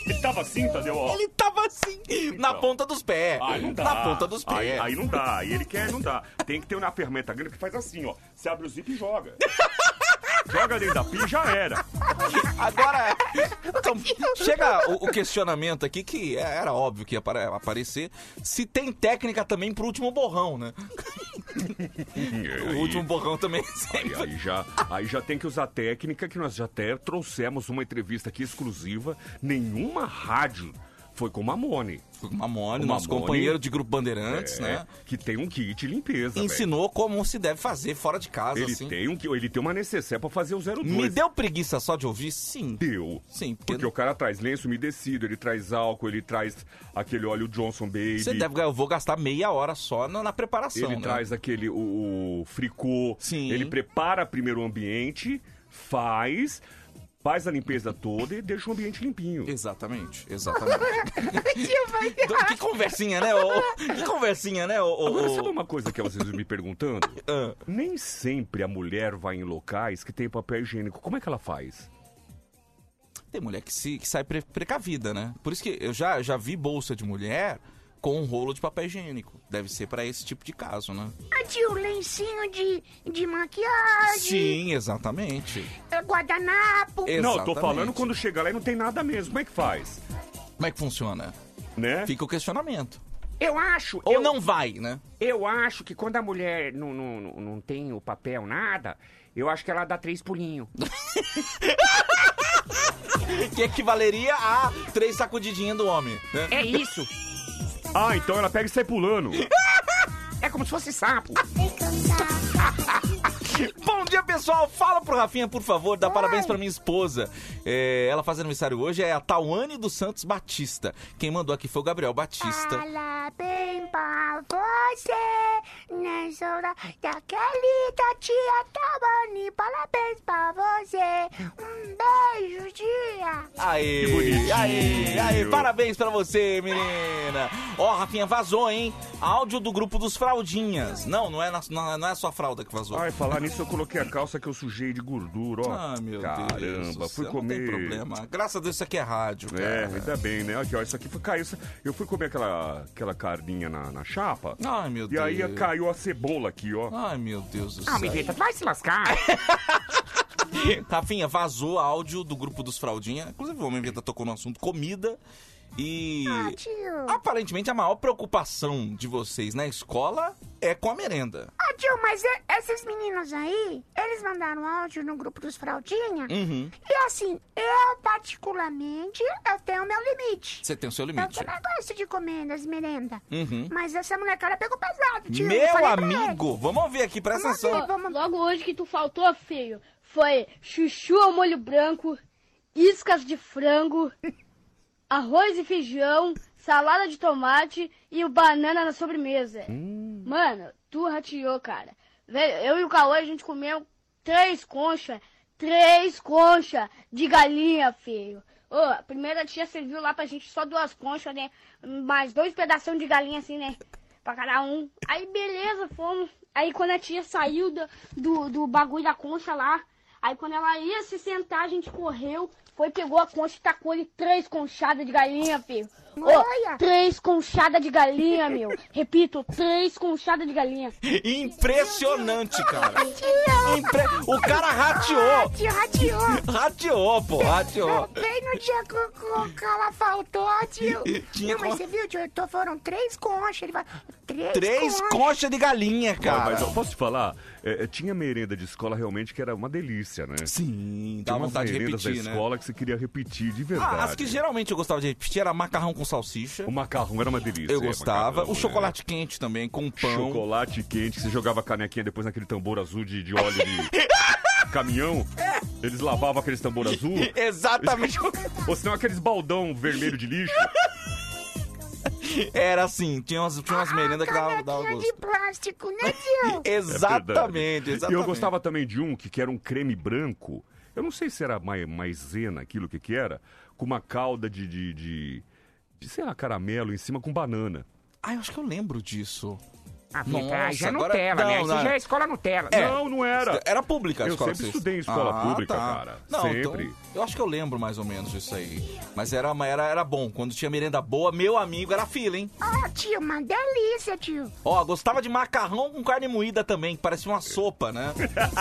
[SPEAKER 4] ele tava assim, Tadeu, ó. Então.
[SPEAKER 1] Ele tava assim, na ponta dos pés.
[SPEAKER 4] Aí não dá.
[SPEAKER 1] Na ponta dos pés.
[SPEAKER 4] Aí, aí não dá. Aí ele quer, não dá. Tem que ter uma ferramenta grande que faz assim, ó. Você abre o zip e joga. joga dentro da pia e já era.
[SPEAKER 1] Agora, então, chega o, o questionamento aqui, que é, era óbvio que ia apare- aparecer, se tem técnica também pro último borrão, né? O
[SPEAKER 4] Aí-
[SPEAKER 1] último borrão também
[SPEAKER 4] Aí,
[SPEAKER 1] sempre...
[SPEAKER 4] aí já, aí já tem que usar a técnica que nós já até trouxemos uma entrevista aqui exclusiva. Nenhuma rádio foi com Mamone.
[SPEAKER 1] O Mamone,
[SPEAKER 4] O
[SPEAKER 1] nosso
[SPEAKER 4] Mamone.
[SPEAKER 1] companheiro de Grupo Bandeirantes,
[SPEAKER 4] é,
[SPEAKER 1] né?
[SPEAKER 4] Que tem um kit de limpeza. velho.
[SPEAKER 1] Ensinou como se deve fazer fora de casa,
[SPEAKER 4] Ele
[SPEAKER 1] assim.
[SPEAKER 4] tem um que ele tem uma necessaire pra fazer o 02.
[SPEAKER 1] Me deu preguiça só de ouvir? Sim.
[SPEAKER 4] Deu.
[SPEAKER 1] Sim, porque-
[SPEAKER 4] porque... o cara traz lenço umedecido, ele traz álcool, ele traz aquele óleo Johnson Baby.
[SPEAKER 1] Você deve, eu vou gastar meia hora só na, na preparação,
[SPEAKER 4] Ele
[SPEAKER 1] né?
[SPEAKER 4] traz aquele o, o fricô.
[SPEAKER 1] Sim.
[SPEAKER 4] Ele prepara primeiro o ambiente, faz, faz a limpeza toda e deixa o ambiente limpinho.
[SPEAKER 1] Exatamente, exatamente.
[SPEAKER 5] tio, vai.
[SPEAKER 1] Ah, que conversinha, né? ô? que conversinha, né? ô, ô,
[SPEAKER 4] Agora,
[SPEAKER 1] ô?
[SPEAKER 4] sabe um uma coisa que vocês me perguntando?
[SPEAKER 1] Ah.
[SPEAKER 4] Nem sempre a mulher vai em locais que tem papel higiênico. Como é que ela faz?
[SPEAKER 1] Tem mulher que, se, que sai pre, precavida, né? Por isso que eu já, já vi bolsa de mulher com um rolo de papel higiênico. Deve ser pra esse tipo de caso, né?
[SPEAKER 5] Ah, tio, lencinho de, de maquiagem,
[SPEAKER 1] Sim, exatamente.
[SPEAKER 5] eh, guardanapo.
[SPEAKER 1] Ex-
[SPEAKER 4] Não, eu tô
[SPEAKER 1] Exatamente.
[SPEAKER 4] falando quando chegar lá e não tem nada mesmo. Como é que faz?
[SPEAKER 1] Como é que funciona?
[SPEAKER 4] Né?
[SPEAKER 1] Fica o questionamento.
[SPEAKER 7] Eu acho.
[SPEAKER 1] Ou
[SPEAKER 7] eu,
[SPEAKER 1] não vai, né?
[SPEAKER 7] Eu acho que quando a mulher não, não, não, não tem o papel, nada, eu acho que ela dá três pulinhos.
[SPEAKER 1] Que equivaleria a três sacudidinhas do homem, né?
[SPEAKER 7] É isso.
[SPEAKER 4] Ah, então ela pega e sai pulando.
[SPEAKER 7] É como se fosse sapo.
[SPEAKER 1] Bom dia, pessoal. Fala pro Rafinha, por favor. Dá parabéns pra minha esposa. É, ela faz aniversário hoje. É a Tauane dos Santos Batista. Quem mandou aqui foi o Gabriel Batista.
[SPEAKER 5] Parabéns pra você né, nessa hora da querida tia Tabani. Parabéns pra você. Um beijo, tia.
[SPEAKER 7] Ah,
[SPEAKER 1] Aê,
[SPEAKER 5] Que bonitinho.
[SPEAKER 1] aê, aê, parabéns pra você, menina. Ó, Rafinha, vazou, hein? Áudio do grupo dos fraldinhas. Não, não é, na- não, não é só a fralda que vazou.
[SPEAKER 4] Ai, falar nisso, eu coloquei a calça que eu sujei de gordura, ó.
[SPEAKER 1] Ah, meu
[SPEAKER 4] Caramba,
[SPEAKER 1] Deus do
[SPEAKER 4] fui
[SPEAKER 1] céu,
[SPEAKER 4] comer.
[SPEAKER 1] Não tem problema. Graças a Deus isso aqui é rádio, cara.
[SPEAKER 4] É, ainda bem, né? Aqui, ó, isso aqui foi, caiu. isso- Eu fui comer aquela, aquela carninha na, na chapa.
[SPEAKER 1] Ai, meu
[SPEAKER 4] e
[SPEAKER 1] Deus.
[SPEAKER 4] aí caiu a cebola aqui, ó.
[SPEAKER 1] Ai, meu Deus do céu.
[SPEAKER 7] Ah, Miguelita,
[SPEAKER 5] tá
[SPEAKER 7] vai se lascar.
[SPEAKER 1] Rafinha, vazou áudio do grupo dos fraldinha. Inclusive, o homem Vita tocou no assunto comida. E
[SPEAKER 5] Ah, Tio.
[SPEAKER 1] aparentemente a maior preocupação de vocês na escola é com a merenda.
[SPEAKER 5] Ô, tio, mas e- esses meninos aí, eles mandaram áudio no grupo dos fraldinha.
[SPEAKER 1] Uhum.
[SPEAKER 5] E assim, eu particularmente, eu tenho meu limite.
[SPEAKER 1] Você tem o seu
[SPEAKER 5] Eu
[SPEAKER 1] limite.
[SPEAKER 5] também gosto de comendas, merenda.
[SPEAKER 1] Uhum.
[SPEAKER 5] Mas essa molecada pegou pesado, tio. Eu
[SPEAKER 1] Meu
[SPEAKER 5] falei pra ele.
[SPEAKER 1] amigo, vamos ouvir aqui, presta atenção.
[SPEAKER 8] Logo hoje que tu faltou, feio, foi chuchu ao molho branco, iscas de frango, arroz e feijão, salada de tomate e o banana na sobremesa. Mano, tu rateou, cara. Velho, eu e o Cauã, a gente comeu três conchas, três conchas de galinha, feio. Ô, a primeira tia serviu lá pra gente só duas conchas, né? Mais dois pedaços de galinha, assim, né? Pra cada um. Aí, beleza, fomos. Aí, quando a tia saiu do, do, do bagulho da concha lá, aí, quando ela ia se sentar, a gente correu, foi, pegou a concha e tacou ali três conchadas de galinha, filho. Ô,
[SPEAKER 5] Olha!
[SPEAKER 8] três conchadas de galinha, meu. Repito, três conchadas de galinha.
[SPEAKER 1] Impressionante, cara. Impre- O cara rateou.
[SPEAKER 5] Ah, Tio, rateou.
[SPEAKER 1] Rateou, pô, rateou.
[SPEAKER 5] Bem no dia que o- que o cara faltou, tio.
[SPEAKER 1] Tinha
[SPEAKER 5] Não, mas
[SPEAKER 1] con-
[SPEAKER 5] você viu, tio? Então foram três conchas. Ele vai. Três,
[SPEAKER 1] Três
[SPEAKER 5] conchas.
[SPEAKER 1] conchas de galinha,
[SPEAKER 4] Cara,
[SPEAKER 1] cara.
[SPEAKER 4] mas eu posso te falar? É, é, tinha merenda de escola realmente que era uma delícia, né?
[SPEAKER 1] Sim, dá
[SPEAKER 4] tinha umas
[SPEAKER 1] vontade de
[SPEAKER 4] merendas
[SPEAKER 1] repetir,
[SPEAKER 4] da
[SPEAKER 1] né?
[SPEAKER 4] escola que você queria repetir de verdade.
[SPEAKER 1] Ah, as que geralmente eu gostava de repetir era macarrão com salsicha.
[SPEAKER 4] O macarrão era uma delícia.
[SPEAKER 1] Eu
[SPEAKER 4] é,
[SPEAKER 1] gostava.
[SPEAKER 4] macarrão,
[SPEAKER 1] o
[SPEAKER 4] né?
[SPEAKER 1] chocolate quente também, com pão.
[SPEAKER 4] Chocolate quente, que você jogava a canequinha depois naquele tambor azul de, de óleo de caminhão. Eles lavavam aqueles tambor azul.
[SPEAKER 1] É. Exatamente.
[SPEAKER 4] Ou senão aqueles baldão vermelho de lixo.
[SPEAKER 1] Era assim, tinha umas, tinha
[SPEAKER 7] Ah,
[SPEAKER 1] umas merendas que dava, dava
[SPEAKER 5] Tinha
[SPEAKER 1] gosto.
[SPEAKER 5] de plástico, né, tio?
[SPEAKER 1] Exatamente,
[SPEAKER 4] É verdade. É E
[SPEAKER 1] exatamente.
[SPEAKER 4] eu gostava também de um que, que era um creme branco. Eu não sei se era mai- maisena aquilo que que era, com uma calda de, de, de, de, sei lá, caramelo em cima com banana.
[SPEAKER 1] Ah, eu acho que eu lembro disso.
[SPEAKER 7] Ah,
[SPEAKER 1] Nossa,
[SPEAKER 7] Mita, aí já é
[SPEAKER 1] agora-
[SPEAKER 7] Nutella, né?
[SPEAKER 1] não,
[SPEAKER 7] Isso
[SPEAKER 1] não.
[SPEAKER 7] já é escola Nutella.
[SPEAKER 1] É.
[SPEAKER 7] Não, não era.
[SPEAKER 1] Era pública a
[SPEAKER 4] Eu
[SPEAKER 1] escola.
[SPEAKER 4] sempre
[SPEAKER 1] que vocês- Ah, tá.
[SPEAKER 4] estudei em escola pública, cara.
[SPEAKER 1] Não,
[SPEAKER 4] Sempre.
[SPEAKER 1] então, eu acho que eu lembro mais ou menos disso aí. Mas era, era, era bom. Quando tinha merenda boa, meu amigo, era fila, hein?
[SPEAKER 5] Ó, tio, uma delícia, tio.
[SPEAKER 1] Ó, gostava de macarrão com carne moída também, que parecia uma sopa, né?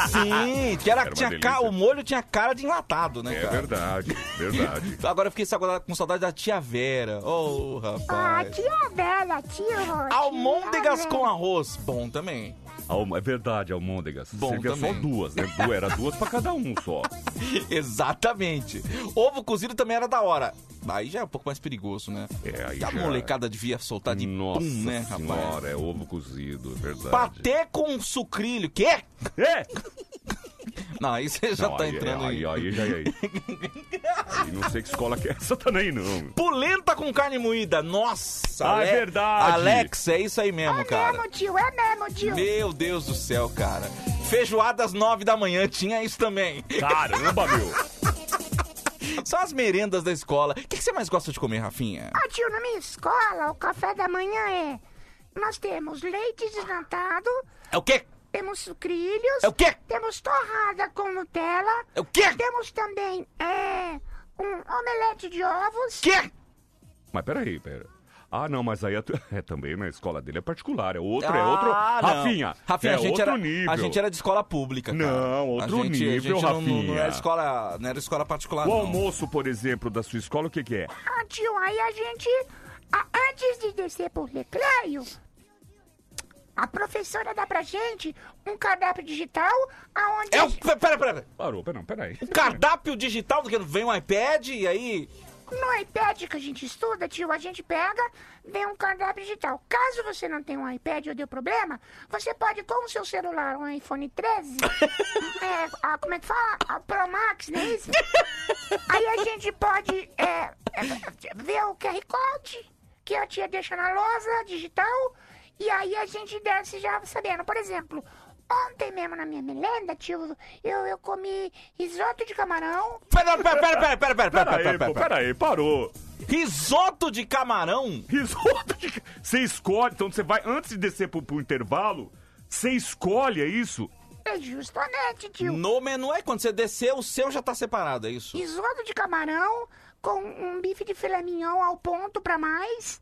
[SPEAKER 1] Sim, que era,
[SPEAKER 4] Era uma
[SPEAKER 1] tinha
[SPEAKER 4] delícia.
[SPEAKER 1] ca- o molho tinha cara de enlatado, né,
[SPEAKER 4] É
[SPEAKER 1] cara?
[SPEAKER 4] verdade, verdade.
[SPEAKER 1] Agora eu fiquei saudade- com saudade da tia Vera. Ô,
[SPEAKER 5] Ó,
[SPEAKER 1] rapaz.
[SPEAKER 5] tia Bela, tio.
[SPEAKER 1] Almôndegas
[SPEAKER 5] tia
[SPEAKER 1] com arroz, bom também.
[SPEAKER 4] Alma- É verdade, almôndegas.
[SPEAKER 1] Bom
[SPEAKER 4] Servia só
[SPEAKER 1] também.
[SPEAKER 4] duas, né? Du- Era duas pra cada um só.
[SPEAKER 1] Exatamente. Ovo cozido também era da hora. Aí já é um pouco mais perigoso, né?
[SPEAKER 4] É, aí
[SPEAKER 1] Que a
[SPEAKER 4] já-
[SPEAKER 1] molecada devia soltar de
[SPEAKER 4] Nossa
[SPEAKER 1] pum, né, rapaz?
[SPEAKER 4] senhora, é ovo cozido, é verdade.
[SPEAKER 1] Patê com sucrilho, quê?
[SPEAKER 4] É.
[SPEAKER 1] Não, aí você já
[SPEAKER 4] Não,
[SPEAKER 1] tá
[SPEAKER 4] aí, é,
[SPEAKER 1] entrando
[SPEAKER 4] aí.
[SPEAKER 1] aí.
[SPEAKER 4] Aí, já aí. aí não sei que escola que é essa também, não.
[SPEAKER 1] Polenta com carne moída, nossa!
[SPEAKER 4] Ah, é
[SPEAKER 1] Ale-
[SPEAKER 4] verdade.
[SPEAKER 1] Alex, é isso aí mesmo,
[SPEAKER 5] É
[SPEAKER 1] cara.
[SPEAKER 5] mesmo, tio, é mesmo, tio.
[SPEAKER 1] Meu Deus do céu, cara. Feijoada às nove da manhã, tinha isso também.
[SPEAKER 4] Caramba, meu.
[SPEAKER 1] Só as merendas da escola. O que, que você mais gosta de comer, Rafinha?
[SPEAKER 5] Ó, tio, na minha escola, o café da manhã é... Nós temos leite desnatado,
[SPEAKER 1] É o quê?
[SPEAKER 5] temos sucrilhos...
[SPEAKER 1] É o quê?
[SPEAKER 5] Temos torrada com Nutella...
[SPEAKER 1] É o quê?
[SPEAKER 5] Temos também, é... Um omelete de ovos...
[SPEAKER 1] Quê?
[SPEAKER 4] Mas peraí, pera. Ah, não, mas aí é, tu- é também, né? A escola dele é particular, é outro, é outro.
[SPEAKER 1] Ah, não.
[SPEAKER 4] Rafinha,
[SPEAKER 1] Rafinha,
[SPEAKER 4] é
[SPEAKER 1] a gente
[SPEAKER 4] outro
[SPEAKER 1] era,
[SPEAKER 4] nível.
[SPEAKER 1] A gente era de escola pública, cara.
[SPEAKER 4] Não, outro
[SPEAKER 1] a gente, a
[SPEAKER 4] nível,
[SPEAKER 1] gente não- Não, não
[SPEAKER 4] Rafinha.
[SPEAKER 1] era escola, não era escola particular,
[SPEAKER 4] O
[SPEAKER 1] não.
[SPEAKER 4] almoço, por exemplo, da sua escola, o que que é?
[SPEAKER 5] Ah, tio, aí a gente, a- antes de descer por recreio, a professora dá pra gente um cardápio digital aonde...
[SPEAKER 1] É
[SPEAKER 5] a
[SPEAKER 1] o...
[SPEAKER 5] gente-
[SPEAKER 1] Pera, pera, pera.
[SPEAKER 4] Parou, pera, não, peraí.
[SPEAKER 1] Cardápio digital, do que vem um iPad e aí...
[SPEAKER 5] No iPad que a gente estuda, tio, a gente pega, vê um cardápio digital. Caso você não tenha um iPad ou deu problema, você pode com o seu celular, um iPhone 13, é, a- como é que fala? A Pro Max, não é isso? Aí a gente pode é, é, ver o QR Code que a tia deixa na lousa digital e aí a gente desce já sabendo. Por exemplo, ontem mesmo na minha merenda, tio, eu, eu comi risoto de camarão.
[SPEAKER 1] Pera, pera, pera, pera, pera, pera, pera,
[SPEAKER 4] Peraí,
[SPEAKER 1] pera,
[SPEAKER 4] pô,
[SPEAKER 1] pera, pera.
[SPEAKER 4] peraí, parou.
[SPEAKER 1] Risoto de camarão?
[SPEAKER 4] Risoto de ca- Você escolhe, então você vai, antes de descer pro, pro intervalo, você escolhe, é isso?
[SPEAKER 5] É justamente, tio.
[SPEAKER 1] No menu é quando você descer, o seu já tá separado, é isso?
[SPEAKER 5] Risoto de camarão com um bife de filé mignon ao ponto pra mais.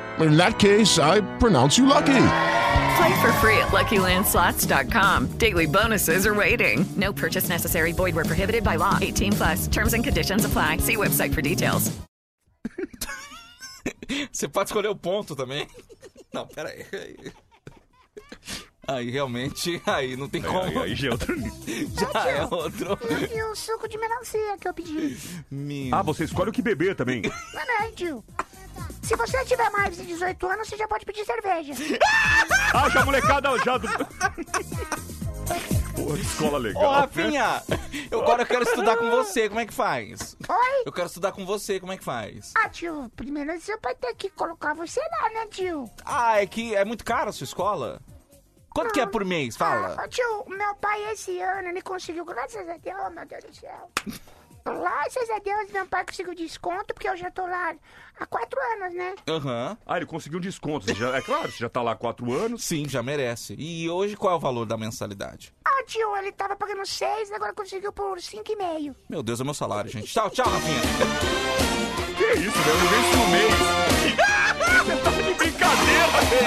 [SPEAKER 9] In that case, I pronounce you lucky.
[SPEAKER 10] Play for free at LuckyLandSlots.com. Daily bonuses are waiting. No purchase necessary. Void were prohibited by law. 18 plus. Terms and conditions apply. See website for details.
[SPEAKER 1] Você pode escolher o ponto também. Não, pera aí. Aí realmente, aí não tem como.
[SPEAKER 4] aí- aí já é outro
[SPEAKER 1] Já é outro.
[SPEAKER 5] E o suco de melancia que eu pedi.
[SPEAKER 4] Ah, você escolhe o que beber também.
[SPEAKER 5] Não, não, tio. Se você tiver mais de 18 anos, você já pode pedir cerveja.
[SPEAKER 4] ah, já a molecada já... Do... Porra, que escola legal. né?
[SPEAKER 1] Ô, Rafinha, eu agora eu quero estudar com você, como é que faz?
[SPEAKER 5] Oi?
[SPEAKER 1] Eu quero estudar com você, como é que faz?
[SPEAKER 5] Ah, tio, primeiro você vai ter que colocar você lá, né, tio?
[SPEAKER 1] Ah, é que é muito caro a sua escola? Quanto que é por mês?
[SPEAKER 5] Ah,
[SPEAKER 1] Fala.
[SPEAKER 5] tio, meu pai esse ano, ele conseguiu, graças a Deus, oh, meu Deus do céu. Graças a Deus, meu pai conseguiu desconto, porque eu já tô lá há quatro anos, né?
[SPEAKER 1] Aham.
[SPEAKER 4] Ah, ele conseguiu um desconto. você já- é claro, você já tá lá há quatro anos.
[SPEAKER 1] Sim, já merece. E hoje qual é o valor da mensalidade?
[SPEAKER 5] Ah, tio, ele tava pagando seis, agora conseguiu por cinco e meio.
[SPEAKER 1] Meu Deus, é meu salário, gente. Tchau, tchau, Rafinha.
[SPEAKER 4] Que
[SPEAKER 6] é
[SPEAKER 4] isso, né? Eu ganhei isso no mês.
[SPEAKER 6] Você tá de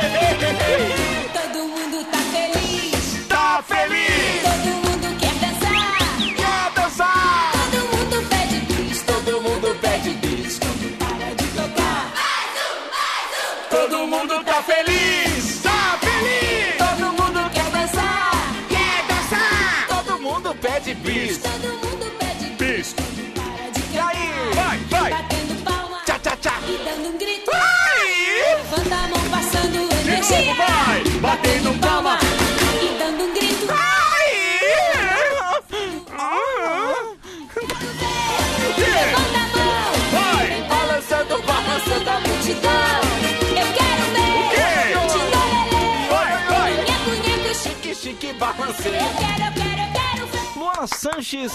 [SPEAKER 6] brincadeira! Todo mundo tá feliz! Tá feliz! Todo mundo quer dançar! Quer dançar! Todo mundo pede bis! Todo mundo pede bis! Quando para de tocar! Todo mundo tá feliz! Tá feliz! Todo mundo quer dançar! Quer dançar! Todo mundo pede bis! Todo mundo pede bis! E aí? Vai, vai! Batendo palma! Tchá, tchá, tchá! E dando um grito! Vai! Levanta a mão passando energia! Vai! Batendo palma! E dando um grito! Vai! Levanta a mão! Vai! Balançando, balançando a multidão! Eu quero ver! O quê? Vai, vai! Nheco, nheco, chique, chique, balancei! Eu quero, eu quero, eu quero!
[SPEAKER 1] Luana Sanches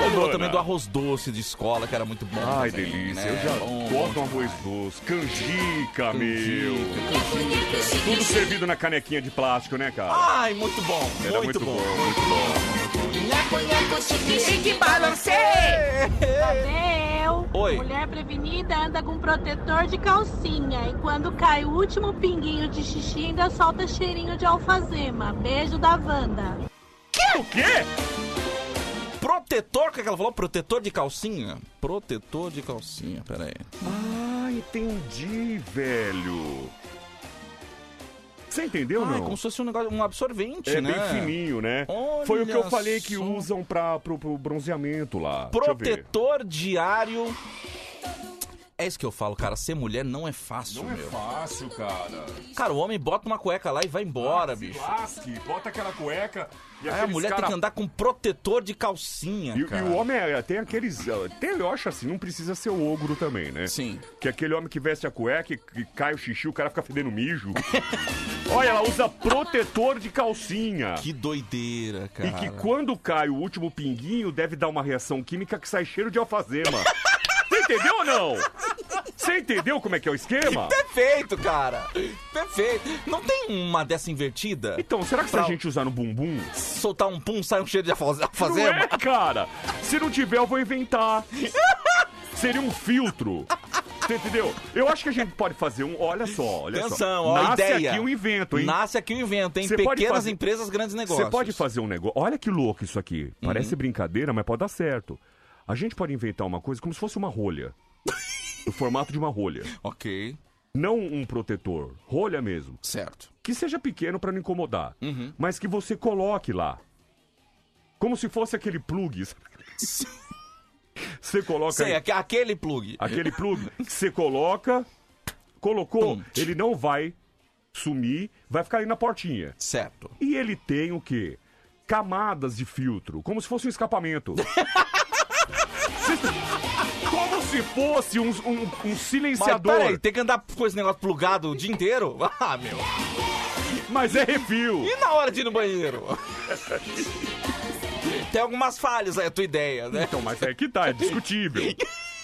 [SPEAKER 1] lembrou também do arroz doce de escola, que era muito bom.
[SPEAKER 4] Ai,
[SPEAKER 1] também,
[SPEAKER 4] delícia.
[SPEAKER 1] né?
[SPEAKER 4] Eu já
[SPEAKER 1] Bom.
[SPEAKER 4] gosto de um arroz doce. Canjica, meu.
[SPEAKER 1] canjica.
[SPEAKER 4] Tudo servido na canequinha de plástico, né, cara?
[SPEAKER 1] Ai, Ah, muito bom.
[SPEAKER 4] Era muito, bom. muito
[SPEAKER 6] Nheco, nheco, chique, chique, balancei!
[SPEAKER 11] Abel,
[SPEAKER 6] Oi.
[SPEAKER 11] mulher prevenida anda com protetor de calcinha e quando cai o último pinguinho de xixi ainda solta cheirinho de alfazema. Beijo da Wanda.
[SPEAKER 4] Que? O quê?
[SPEAKER 1] Protetor, o que é que ela falou? Protetor de calcinha? Protetor de calcinha, pera aí.
[SPEAKER 4] um Ah, entendi, velho. Você entendeu,
[SPEAKER 1] Ah, é
[SPEAKER 4] não?
[SPEAKER 1] como se fosse um negócio, um absorvente,
[SPEAKER 4] É
[SPEAKER 1] né?
[SPEAKER 4] bem fininho, né? Foi o que eu
[SPEAKER 1] Olha
[SPEAKER 4] falei que
[SPEAKER 1] só.
[SPEAKER 4] usam pra, pro, pro bronzeamento lá. Deixa eu ver.
[SPEAKER 1] Protetor diário. É isso que eu falo, cara. Ser mulher não é fácil,
[SPEAKER 4] Não é
[SPEAKER 1] meu.
[SPEAKER 4] fácil, cara.
[SPEAKER 1] Cara, o homem bota uma cueca lá e vai embora,
[SPEAKER 4] Se
[SPEAKER 1] bicho.
[SPEAKER 4] Lasque, bota aquela cueca e
[SPEAKER 1] Aí a
[SPEAKER 4] aqueles
[SPEAKER 1] mulher
[SPEAKER 4] cara-
[SPEAKER 1] tem que andar com protetor de calcinha,
[SPEAKER 4] E, e
[SPEAKER 1] cara.
[SPEAKER 4] o homem é, tem aqueles. ah, Tem, eu acho assim, não precisa ser o ogro também, né? Sim. Que é aquele homem que veste a cueca e, e cai o xixi, o cara fica fedendo mijo. Olha, ela usa protetor de calcinha.
[SPEAKER 1] Que doideira, cara.
[SPEAKER 4] E que quando cai o último pinguinho, deve dar uma reação química que sai cheiro de alfazema. Você entendeu ou não? Você entendeu como é que é o esquema?
[SPEAKER 1] Perfeito, cara. Perfeito. Não tem uma dessa invertida?
[SPEAKER 4] Então, será que se a gente usar no bumbum?
[SPEAKER 1] Soltar um pum, sai um cheiro de alfa-
[SPEAKER 4] Não
[SPEAKER 1] alfazema?
[SPEAKER 4] é, cara. Se não tiver, eu vou inventar. Seria um filtro. Você entendeu? Eu acho que a gente pode fazer um. Olha só, olha
[SPEAKER 1] Atenção,
[SPEAKER 4] só.
[SPEAKER 1] ó,
[SPEAKER 4] Nasce
[SPEAKER 1] ideia.
[SPEAKER 4] aqui um invento, hein?
[SPEAKER 1] Nasce aqui um invento, hein?
[SPEAKER 4] Você pode
[SPEAKER 1] Pequenas
[SPEAKER 4] fazer-
[SPEAKER 1] empresas, grandes negócios. Uhum.
[SPEAKER 4] Você pode fazer um negócio. Olha que louco isso aqui. Parece brincadeira, mas pode dar certo. A gente pode inventar uma coisa como se fosse uma rolha. o formato de uma rolha.
[SPEAKER 1] Ok.
[SPEAKER 4] Não um protetor. Rolha mesmo.
[SPEAKER 1] Certo. Uhum.
[SPEAKER 4] Que seja pequeno pra não incomodar. Mas que você coloque lá. Como se fosse aquele plug. sabe? Você coloca.
[SPEAKER 1] Sei,
[SPEAKER 4] aí-
[SPEAKER 1] aque- aquele plug.
[SPEAKER 4] Aquele plug que você coloca, colocou, ele não vai sumir, vai ficar ali na portinha.
[SPEAKER 1] Certo.
[SPEAKER 4] E ele tem o quê? Camadas de filtro, como se fosse um escapamento. como se fosse um, um, um
[SPEAKER 1] Mas
[SPEAKER 4] silenciador.
[SPEAKER 1] peraí, tem que andar com esse negócio plugado o dia inteiro? Ah, meu.
[SPEAKER 4] Mas é refil.
[SPEAKER 1] E na hora de ir no banheiro? Tem algumas falhas aí, a tua ideia, né?
[SPEAKER 4] Então, mas é que tá, é discutível.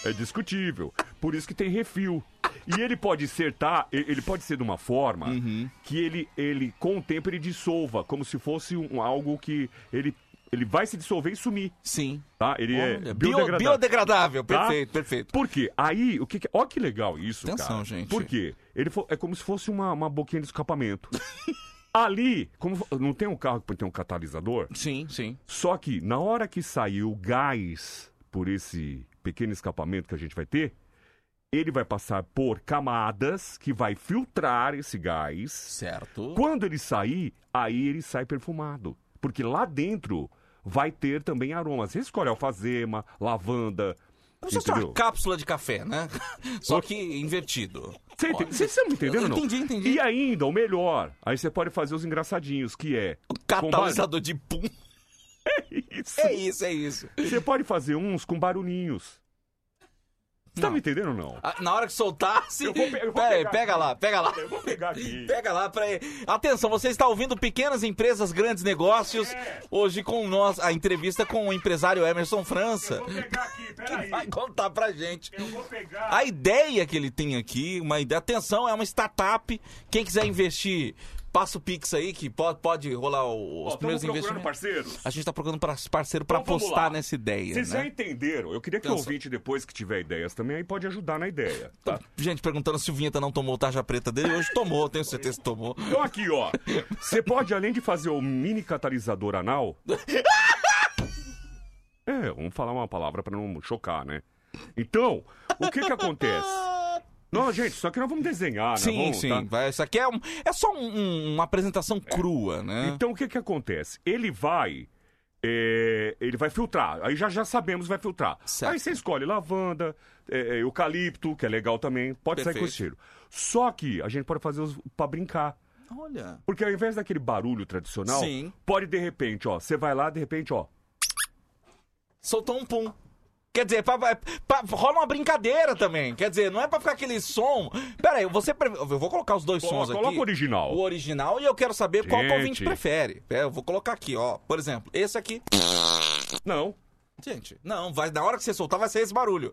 [SPEAKER 4] É discutível. Por isso que tem refil. E ele pode ser, tá? E- Ele pode ser de uma forma
[SPEAKER 1] Uhum.
[SPEAKER 4] que ele, ele, com o tempo, ele dissolva, como se fosse um, algo que ele, ele vai se dissolver e sumir.
[SPEAKER 1] Sim.
[SPEAKER 4] Tá? Ele
[SPEAKER 1] Olha,
[SPEAKER 4] é
[SPEAKER 1] bio-
[SPEAKER 4] biodegradável.
[SPEAKER 1] biodegradável,
[SPEAKER 4] Tá?
[SPEAKER 1] perfeito, perfeito.
[SPEAKER 4] Por quê? Aí, o que que... Ó que legal isso,
[SPEAKER 1] Atenção,
[SPEAKER 4] cara.
[SPEAKER 1] gente.
[SPEAKER 4] Por quê? Ele fo- É como se fosse uma, uma boquinha de escapamento. Ali, como fo- não tem um carro que tem um catalisador?
[SPEAKER 1] Sim, sim.
[SPEAKER 4] Só que na hora que sair o gás por esse pequeno escapamento que a gente vai ter, ele vai passar por camadas que vai filtrar esse gás.
[SPEAKER 1] Certo.
[SPEAKER 4] Quando ele sair, aí ele sai perfumado, porque lá dentro vai ter também aromas. Você escolhe alfazema, lavanda,
[SPEAKER 1] Como se fosse uma
[SPEAKER 4] entendeu?
[SPEAKER 1] cápsula de café, né? Só que invertido.
[SPEAKER 4] Você ente- Vocês estão me entendendo
[SPEAKER 1] Eu
[SPEAKER 4] ou não?
[SPEAKER 1] entendi, entendi.
[SPEAKER 4] E ainda, o melhor, aí você pode fazer os engraçadinhos, que é... com base-
[SPEAKER 1] Catalisador de pum. É isso, é isso.
[SPEAKER 4] Você pode fazer uns com barulhinhos. Você tá me entendendo ou não?
[SPEAKER 1] Ah, Na hora que soltasse.
[SPEAKER 4] Eu vou pe- eu vou
[SPEAKER 1] Pera aí,
[SPEAKER 4] pegar
[SPEAKER 1] pega
[SPEAKER 4] aqui.
[SPEAKER 1] lá, pega lá.
[SPEAKER 4] Eu vou pegar aqui.
[SPEAKER 1] Pega lá pra Atenção, você está ouvindo Pequenas Empresas, Grandes Negócios.
[SPEAKER 4] É.
[SPEAKER 1] Hoje com nós, a entrevista com o empresário Emerson França.
[SPEAKER 4] Vou pegar aqui, peraí.
[SPEAKER 1] Vai contar pra gente.
[SPEAKER 4] Eu vou pegar.
[SPEAKER 1] A ideia que ele tem aqui, uma ideia, atenção, é uma startup. Quem quiser investir, passa o Pix aí, que pode, pode rolar o- os
[SPEAKER 4] Ó, tamo
[SPEAKER 1] primeiros
[SPEAKER 4] procurando
[SPEAKER 1] investimentos.
[SPEAKER 4] parceiros.
[SPEAKER 1] A gente tá procurando pra- parceiro pra
[SPEAKER 4] Então, vamos
[SPEAKER 1] apostar
[SPEAKER 4] lá.
[SPEAKER 1] nessa ideia,
[SPEAKER 4] Vocês já
[SPEAKER 1] né? Então
[SPEAKER 4] entenderam. Eu queria que o
[SPEAKER 1] Pensa.
[SPEAKER 4] ouvinte, depois que tiver ideias também, aí pode ajudar na ideia, tá?
[SPEAKER 1] Gente perguntando se o Vinheta não tomou tarja preta dele. Hoje tomou, tenho certeza que tomou.
[SPEAKER 4] Então aqui, ó. Você pode, além de fazer o mini catalisador anal... É, vamos falar uma palavra pra não chocar, né? Então, o que que acontece? Não, gente, só que nós vamos desenhar, né?
[SPEAKER 1] Sim,
[SPEAKER 4] Vamos,
[SPEAKER 1] sim.
[SPEAKER 4] tá? É.
[SPEAKER 1] Vai, isso aqui é, um- é só um- um- uma apresentação crua, né?
[SPEAKER 4] Então o que que acontece? Ele vai. é, ele vai filtrar. Aí já, já sabemos que vai filtrar. Aí você escolhe lavanda, é, é, eucalipto, que é legal também. Pode sair com
[SPEAKER 1] Perfeito.
[SPEAKER 4] esse cheiro. Só que a gente pode fazer os, pra brincar.
[SPEAKER 1] Olha.
[SPEAKER 4] Porque ao invés daquele barulho tradicional,
[SPEAKER 1] Sim.
[SPEAKER 4] pode de repente, ó. Você vai lá, de repente, ó.
[SPEAKER 1] Soltou um pum. Quer dizer, é pra, pra- pra- rola uma brincadeira também. Quer dizer, não é pra ficar aquele som. Pera aí, você. pre- Eu vou colocar os dois
[SPEAKER 4] Coloca-
[SPEAKER 1] sons aqui.
[SPEAKER 4] coloca o original.
[SPEAKER 1] O original e eu quero saber qual que o ouvinte
[SPEAKER 4] Gente.
[SPEAKER 1] prefere. É, eu vou colocar aqui, ó. Por exemplo, esse aqui.
[SPEAKER 4] Não.
[SPEAKER 1] Gente, não, vai, na hora que você soltar vai ser esse barulho.